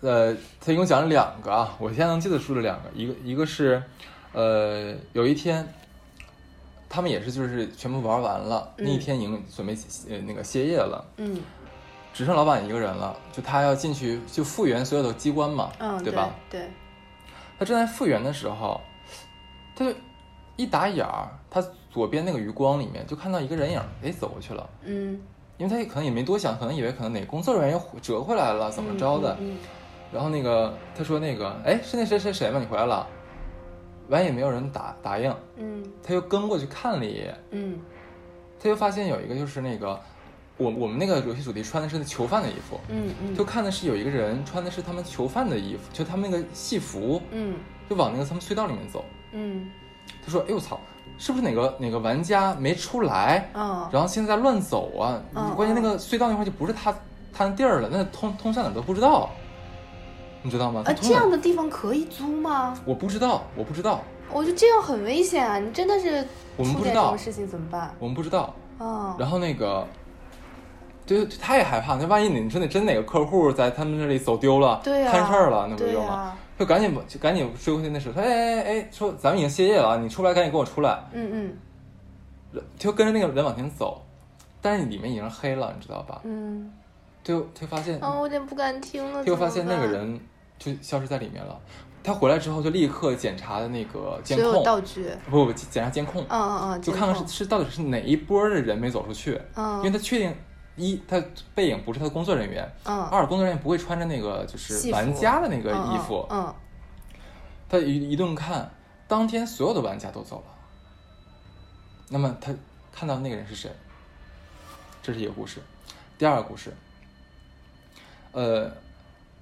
Speaker 1: 呃，他一共讲了两个啊，我现在能记得住的两个，一个一个是，呃，有一天，他们也是就是全部玩完了，那一
Speaker 2: 嗯
Speaker 1: 天已经准备呃那个歇业了，
Speaker 2: 嗯
Speaker 1: 只剩老板一个人了，就他要进去就复原所有的机关嘛，
Speaker 2: 嗯，
Speaker 1: 对吧？？
Speaker 2: 对，
Speaker 1: 他正在复原的时候，他就一打眼儿，他左边那个余光里面就看到一个人影儿，哎，走过去了。
Speaker 2: 嗯，
Speaker 1: 因为他也可能也没多想，可能以为可能哪工作人员又折回来了，怎么着的。
Speaker 2: 嗯
Speaker 1: 然后那个他说那个，哎，是那谁谁谁吗？你回来了？完也没有人答答应，
Speaker 2: 嗯
Speaker 1: 他又跟过去看了一眼，
Speaker 2: 嗯
Speaker 1: 他就发现有一个就是那个我我们那个游戏主题穿的是囚犯的衣服，
Speaker 2: 嗯嗯，
Speaker 1: 就看的是有一个人穿的是他们囚犯的衣服，就他们那个戏服，
Speaker 2: 嗯
Speaker 1: 就往那个他们隧道里面走。
Speaker 2: 嗯
Speaker 1: 他说：“哎呦我操，是不是哪个哪个玩家没出来，
Speaker 2: 哦，
Speaker 1: 然后现在乱走啊？
Speaker 2: 嗯
Speaker 1: 关键那个隧道那块就不是他他的地儿了，那通通向哪儿都不知道，你知道吗？他
Speaker 2: 呃，
Speaker 1: 通
Speaker 2: 这
Speaker 1: 哪
Speaker 2: 样的地方可以租吗？
Speaker 1: 我不知道，我不知道，
Speaker 2: 我觉得这样很危险啊！你真的是
Speaker 1: 我们
Speaker 2: 出
Speaker 1: 不知
Speaker 2: 点什
Speaker 1: 道
Speaker 2: 么，事情怎么办？
Speaker 1: 我们不知道。
Speaker 2: 哦，
Speaker 1: 然后那个，对，他也害怕，那万一你说那真哪个客户在他们这里走丢了，
Speaker 2: 对啊
Speaker 1: 摊事儿了，那不
Speaker 2: 对啊
Speaker 1: 就吗？
Speaker 2: 呀，
Speaker 1: 就赶紧就赶紧追回去那时候，他说哎哎哎，说咱们已经歇业了，你出来赶紧跟我出来。”
Speaker 2: 嗯
Speaker 1: 就跟着那个人往前走，但是里面已经黑了，你知道吧？
Speaker 2: 嗯
Speaker 1: 就就发现，
Speaker 2: 嗯，啊，我有点不敢听了。
Speaker 1: 就
Speaker 2: 怎么
Speaker 1: 发现那个
Speaker 2: 办
Speaker 1: 人就消失在里面了。他回来之后就立刻检查的那个监
Speaker 2: 所有
Speaker 1: 控，
Speaker 2: 道具，
Speaker 1: 不不检查监控，
Speaker 2: 嗯嗯嗯，
Speaker 1: 就
Speaker 2: 监
Speaker 1: 看看
Speaker 2: 控
Speaker 1: 是，是到底是哪一波的人没走出去，因为
Speaker 2: 嗯
Speaker 1: 他确定一他背影不是他的工作人员，
Speaker 2: 嗯，
Speaker 1: 二工作人员不会穿着那个就
Speaker 2: 戏
Speaker 1: 是
Speaker 2: 服
Speaker 1: 玩家的那个
Speaker 2: 嗯
Speaker 1: 衣服。
Speaker 2: 嗯
Speaker 1: 他一一顿看，当天所有的玩家都走了。那么他看到那个人是谁？这是一个故事。第二个故事，呃，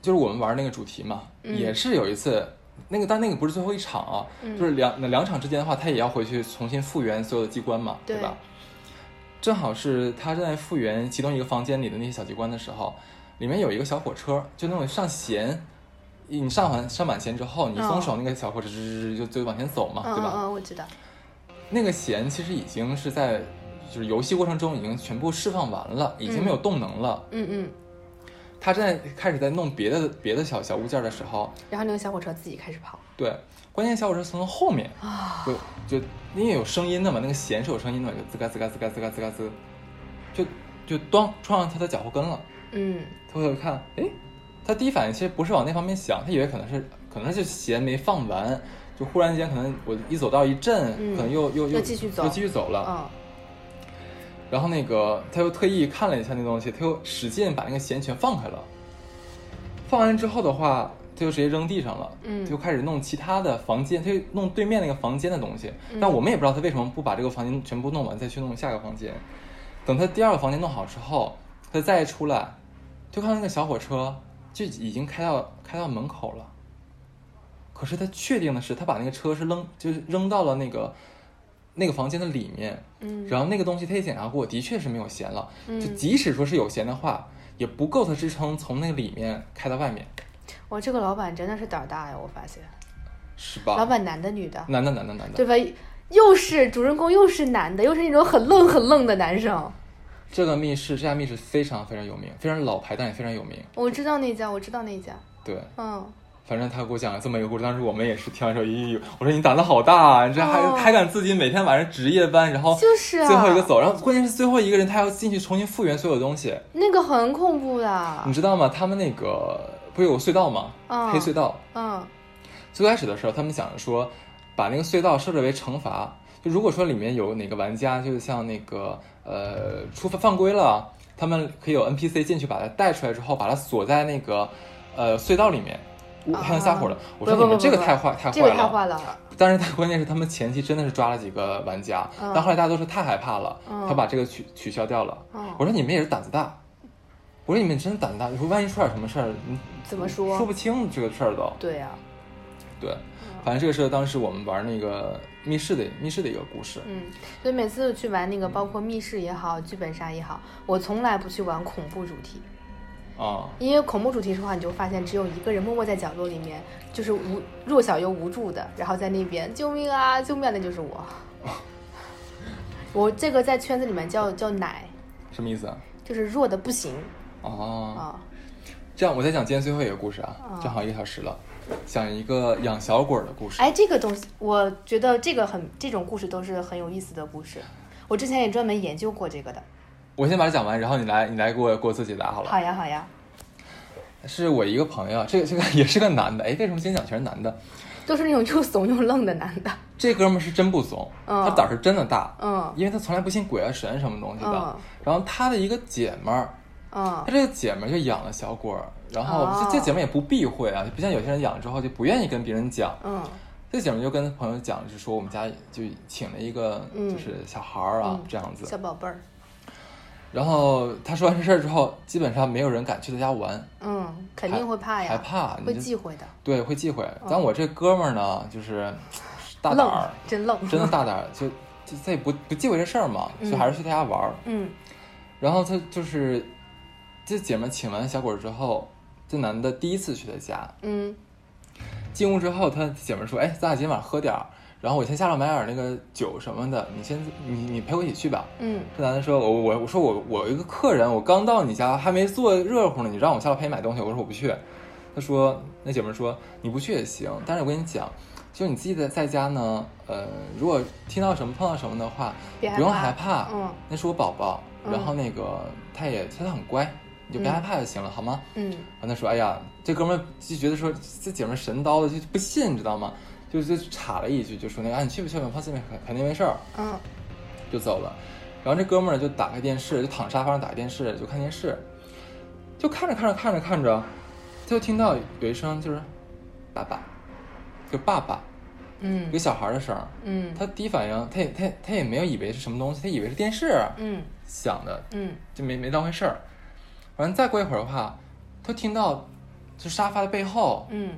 Speaker 1: 就是我们玩那个主题嘛，
Speaker 2: 嗯
Speaker 1: 也是有一次，那个但那个不是最后一场啊，
Speaker 2: 嗯
Speaker 1: 就是两那两场之间的话，他也要回去重新复原所有的机关嘛，
Speaker 2: 对
Speaker 1: 吧？正好是他正在复原其中一个房间里的那些小机关的时候，里面有一个小火车，就那种上弦，你上完上满弦之后，你一松手，那个小火车吱吱吱就就往前走嘛，
Speaker 2: 嗯
Speaker 1: 对
Speaker 2: 嗯
Speaker 1: 吧？
Speaker 2: 嗯，我知道，
Speaker 1: 那个弦其实已经是在就是游戏过程中已经全部释放完了，已经没有动能了。
Speaker 2: 嗯嗯，
Speaker 1: 他在开始在弄别的别的小小物件的时候，
Speaker 2: 然后那个小火车自己开始跑
Speaker 1: 对，关键小火车从后面
Speaker 2: 啊，
Speaker 1: 就就因为有声音的嘛，那个弦是有声音的嘛，就吱嘎吱嘎吱嘎吱嘎吱嘎吱，就就咚撞上他的脚后跟了。
Speaker 2: 嗯
Speaker 1: 他回头看，哎，他第一反应其实不是往那方面想，他以为可能是可能是弦没放完，就忽然间可能我一走道一震，
Speaker 2: 嗯
Speaker 1: 可能又又
Speaker 2: 又继续走
Speaker 1: 又继续走了。
Speaker 2: 嗯
Speaker 1: 然后那个他又特意看了一下那东西，他又使劲把那个弦全放开了。放完之后的话，他就直接扔地上了，
Speaker 2: 嗯
Speaker 1: 他就开始弄其他的房间，他就弄对面那个房间的东西。
Speaker 2: 嗯
Speaker 1: 但我们也不知道他为什么不把这个房间全部弄完，再去弄下个房间。等他第二个房间弄好之后，他再一出来，就看到那个小火车就已经开到开到门口了。可是他确定的是，他把那个车是扔，就是扔到了那个那个房间的里面。
Speaker 2: 嗯，
Speaker 1: 然后那个东西他也检查过，的确是没有弦了。
Speaker 2: 嗯
Speaker 1: 就即使说是有弦的话，也不够它支撑从那个里面开到外面，
Speaker 2: 哇，这个老板真的是胆儿大呀，我发现，
Speaker 1: 是
Speaker 2: 老
Speaker 1: 吧？
Speaker 2: 板男的女的，
Speaker 1: 男的，男的，男的，
Speaker 2: 对吧？又是主人公，又是男的，又是那种很愣很愣的男生。
Speaker 1: 这个密室，这家密室非常非常有名，非常老牌，但也非常有名。
Speaker 2: 我知道那家，我知道那家，
Speaker 1: 对，
Speaker 2: 嗯，
Speaker 1: 反正他给我讲了这么一个故事，当时我们也是听完之后，咦，我说你胆子好大啊，你这还、
Speaker 2: 哦
Speaker 1: 还敢自己每天晚上值夜班，然后
Speaker 2: 就是啊，
Speaker 1: 哦最后一个走，然后关键是最后一个人他还要进去重新复原所有东西，
Speaker 2: 那个很恐怖的
Speaker 1: 你，知道吗？他们那个不是有个隧道吗？
Speaker 2: 嗯
Speaker 1: 嗯黑隧道，
Speaker 2: 嗯
Speaker 1: 最开始的时候，他们想着说，把那个隧道设置为惩罚。就如果说里面有哪个玩家，就是像那个呃触犯犯规了，他们可以有 NPC 进去把他带出来之后，把他锁在那个呃隧道里面，我还能撒火了。我说
Speaker 2: 啊不不
Speaker 1: 你们
Speaker 2: 不
Speaker 1: 这个
Speaker 2: 不
Speaker 1: 太坏太
Speaker 2: 这个
Speaker 1: 坏
Speaker 2: 太
Speaker 1: 了。
Speaker 2: 坏了，
Speaker 1: 但是他关键是他们前期真的是抓了几个玩家，
Speaker 2: 嗯
Speaker 1: 但后来大家都说太害怕了，
Speaker 2: 嗯
Speaker 1: 他把这个取取消掉了。
Speaker 2: 嗯，
Speaker 1: 我说你们也是胆子大，我说你们真的胆子大，你说万一出点什么事儿，你
Speaker 2: 怎么说
Speaker 1: 说不清这个事儿都。
Speaker 2: 对啊呀、
Speaker 1: 对，
Speaker 2: 嗯
Speaker 1: 反正这个是当时我们玩那个密室的密室的一个故事。
Speaker 2: 嗯，所以每次去玩那个，包括密室也好，剧本杀也好，我从来不去玩恐怖主题，
Speaker 1: 啊、
Speaker 2: 因为恐怖主题的话，你就发现只有一个人默默在角落里面，就是无弱小又无助的，然后在那边救命啊，救命啊，那就是我。我这个在圈子里面叫叫奶，
Speaker 1: 什么意思啊？
Speaker 2: 就是弱的不行
Speaker 1: 哦，
Speaker 2: 啊。
Speaker 1: 这样我再讲今天最后一个故事啊，
Speaker 2: 啊
Speaker 1: 正好一个小时了，讲一个养小鬼儿的故事。
Speaker 2: 哎，这个东西，我觉得这个很这种故事都是很有意思的故事。我之前也专门研究过这个的。
Speaker 1: 我先把它讲完，然后你来你来给我给我做解答好了。
Speaker 2: 好呀，好呀，
Speaker 1: 是我一个朋友，这个这个也是个男的，哎，为什么今天讲全是男的？
Speaker 2: 都是那种又怂又愣的男的。
Speaker 1: 这哥们儿是真不怂，
Speaker 2: 嗯
Speaker 1: 他胆儿是真的大，
Speaker 2: 嗯
Speaker 1: 因为他从来不信鬼啊神什么东西的。
Speaker 2: 嗯
Speaker 1: 然后他的一个姐们儿，
Speaker 2: 嗯
Speaker 1: 她这个姐们儿就养了小鬼儿，然后
Speaker 2: 哦
Speaker 1: 这这姐们儿也不避讳啊，就不像有些人养了之后就不愿意跟别人讲。
Speaker 2: 嗯
Speaker 1: 这姐们儿就跟朋友讲，就是说我们家就请了一个
Speaker 2: 嗯
Speaker 1: 就是小孩儿啊、
Speaker 2: 嗯
Speaker 1: 这样子
Speaker 2: 小。宝贝儿。
Speaker 1: 然后她说完这事儿之后，基本上没有人敢去她家玩，
Speaker 2: 嗯，肯定会怕呀，
Speaker 1: 害怕你
Speaker 2: 会
Speaker 1: 就
Speaker 2: 忌讳的。
Speaker 1: 对，会忌讳。但我这哥们儿呢，就是大胆儿
Speaker 2: 愣，，真愣。
Speaker 1: 真的大胆儿，就就他也不不忌讳这事儿嘛，
Speaker 2: 嗯
Speaker 1: 就还是去她家玩儿。
Speaker 2: 嗯
Speaker 1: 然后他就是这姐们儿请完小鬼儿之后，这男的第一次去她家，
Speaker 2: 嗯
Speaker 1: 进屋之后，他姐们儿说：“哎，咱俩今天晚上喝点儿，然后我先下楼买点儿那个酒什么的，你先你你陪我一起去吧。
Speaker 2: 嗯”
Speaker 1: 这男的说：“我我我说我我有一个客人，我刚到你家还没坐热乎呢，你让我下楼陪你买东西，我说我不去。”他说：“那姐们儿说你不去也行，但是我跟你讲，就你自己在在家呢，呃，如果听到什么碰到什么的话，
Speaker 2: 别害
Speaker 1: 不用
Speaker 2: 怕
Speaker 1: 害怕，
Speaker 2: 嗯
Speaker 1: 那是我宝宝，
Speaker 2: 嗯
Speaker 1: 然后那个他也他很乖，你就别
Speaker 2: 嗯
Speaker 1: 害怕就行了，好吗？”
Speaker 2: 嗯
Speaker 1: 然后他说：“哎呀，这哥们儿就觉得说这姐们儿神叨的，就不信，你知道吗？就就插了一句，就说那个，啊，你去吧去吧，放心吧，肯肯定没事儿，
Speaker 2: 嗯
Speaker 1: 就走了。然后这哥们儿就打开电视，就躺沙发上打开电视，就看电视，就看着看着看着看着，他就听到有一声就是爸爸，就爸爸，一个
Speaker 2: 嗯
Speaker 1: 小孩儿的声儿。
Speaker 2: 嗯
Speaker 1: 他第一反应，他也他也他也没有以为是什么东西，他以为是电视
Speaker 2: 嗯
Speaker 1: 响的，
Speaker 2: 嗯
Speaker 1: 就没没当回事儿。反正再过一会儿的话，他听到就沙发的背后
Speaker 2: 嗯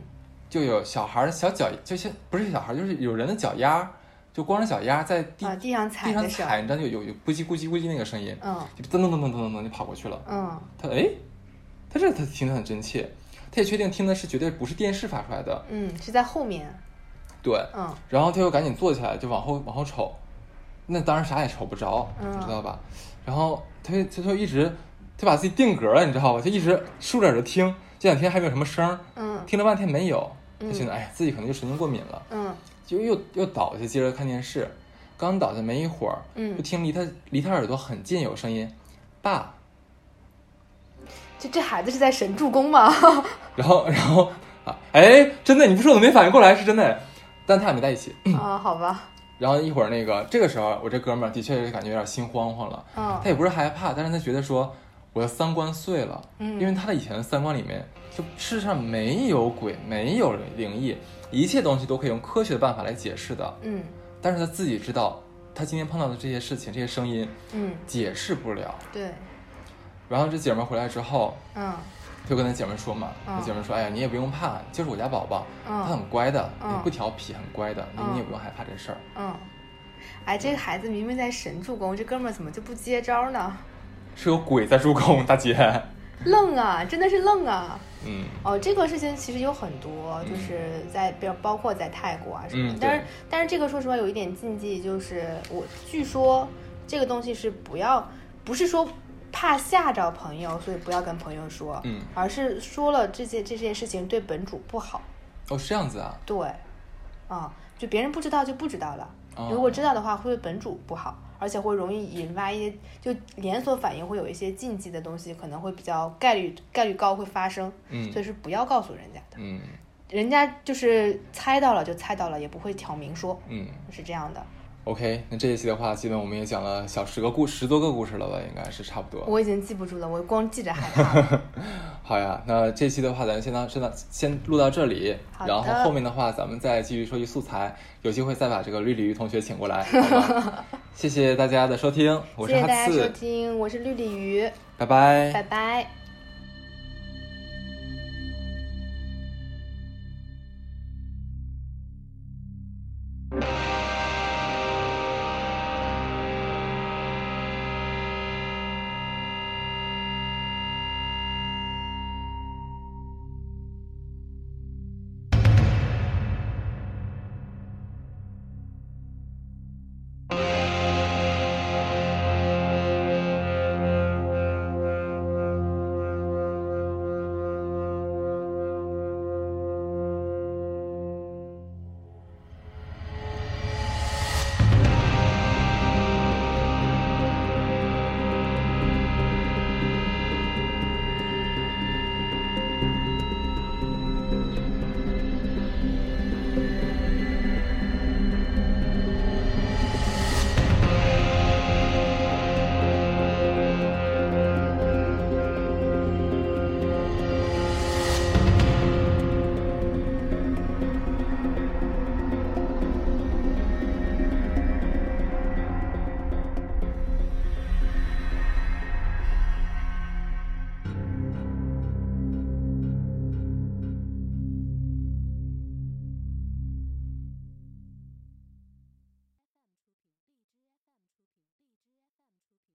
Speaker 1: 就有小孩儿的小脚，就是不是小孩儿，就是有人的脚丫，就光着脚丫在地、
Speaker 2: 啊，地上
Speaker 1: 地
Speaker 2: 踩
Speaker 1: 上
Speaker 2: 的是。
Speaker 1: 踩，你知道有有有咕叽咕叽咕叽那个声音，
Speaker 2: 嗯
Speaker 1: 就噔噔噔噔噔噔噔就跑过去了。
Speaker 2: 嗯
Speaker 1: 他哎，他这他听得很真切，他也确定听的是绝对不是电视发出来的，
Speaker 2: 嗯，是在后面。
Speaker 1: 对。
Speaker 2: 嗯
Speaker 1: 然后他又赶紧坐起来，就往后往后瞅，那当然啥也瞅不着，
Speaker 2: 嗯
Speaker 1: 你知道吧？然后他就他就一直他把自己定格了，你知道吧？他一直竖着耳朵听，这两天还没有什么声儿，
Speaker 2: 嗯
Speaker 1: 听了半天没有，他
Speaker 2: 嗯
Speaker 1: 觉得哎自己可能就神经过敏了，
Speaker 2: 嗯
Speaker 1: 就又又倒下接着看电视，刚倒下没一会儿，就
Speaker 2: 嗯，
Speaker 1: 听离他离他耳朵很近有声音，爸，
Speaker 2: 就这孩子是在神助攻吗？
Speaker 1: 然后 然后啊哎真的你不说我都没反应过来是真的，但他俩没在一起。
Speaker 2: 啊，好吧，
Speaker 1: 然后一会儿那个这个时候我这哥们儿的确是感觉有点心慌慌了，
Speaker 2: 嗯
Speaker 1: 他也不是害怕，但是他觉得说我的三观碎了，
Speaker 2: 嗯，
Speaker 1: 因为他的以前的三观里面就世上没有鬼，没有灵异，一切东西都可以用科学的办法来解释的，
Speaker 2: 嗯
Speaker 1: 但是他自己知道他今天碰到的这些事情，这些声音
Speaker 2: 嗯
Speaker 1: 解释不了。
Speaker 2: 对，
Speaker 1: 然后这姐们儿回来之后，
Speaker 2: 嗯
Speaker 1: 就跟她姐们儿说嘛，她、
Speaker 2: 嗯
Speaker 1: 姐们儿说：“哎呀，你也不用怕，就是我家宝宝，他
Speaker 2: 嗯
Speaker 1: 很乖的，
Speaker 2: 嗯
Speaker 1: 也不调皮，很乖的，你
Speaker 2: 嗯
Speaker 1: 你也不用害怕这事儿。
Speaker 2: 嗯，哎，这个孩子明明在神助攻，这哥们儿怎么就不接招呢？
Speaker 1: 是有鬼在助攻，大姐。
Speaker 2: 愣啊，真的是愣啊！
Speaker 1: 嗯
Speaker 2: 哦，这个事情其实有很多，就是在比如包括在泰国啊什么的，
Speaker 1: 嗯
Speaker 2: 但是
Speaker 1: 对
Speaker 2: 但是这个说实话有一点禁忌，就是我据说这个东西是不要，不是说怕吓着朋友，所以不要跟朋友说，
Speaker 1: 嗯，
Speaker 2: 而是说了这件这件事情对本主不好，
Speaker 1: 哦，是这样子啊。
Speaker 2: 对，啊、就别人不知道就不知道了，
Speaker 1: 哦
Speaker 2: 如果知道的话会对本主不好。而且会容易引发一些，就连锁反应，会有一些禁忌的东西，可能会比较概率概率高会发生。
Speaker 1: 嗯
Speaker 2: 所以是不要告诉人家的，
Speaker 1: 嗯
Speaker 2: 人家就是猜到了就猜到了，也不会挑明说，
Speaker 1: 嗯
Speaker 2: 是这样的。
Speaker 1: ，OK，那这一期的话，基本我们也讲了小十个故十多个故事了吧，应该是差不多。
Speaker 2: 我已经记不住了，我光记 着害怕了。
Speaker 1: 好呀，那这期的话，咱先到先到先录到这里，
Speaker 2: 好的
Speaker 1: 然后后面的话，咱们再继续收集素材，有机会再把这个绿鲤鱼同学请过来，好 吗？谢谢大家的收听，我是
Speaker 2: 谢谢
Speaker 1: 哈
Speaker 2: 大家收
Speaker 1: 次，哎
Speaker 2: 听，我是绿鲤鱼，
Speaker 1: 拜拜
Speaker 2: 拜拜。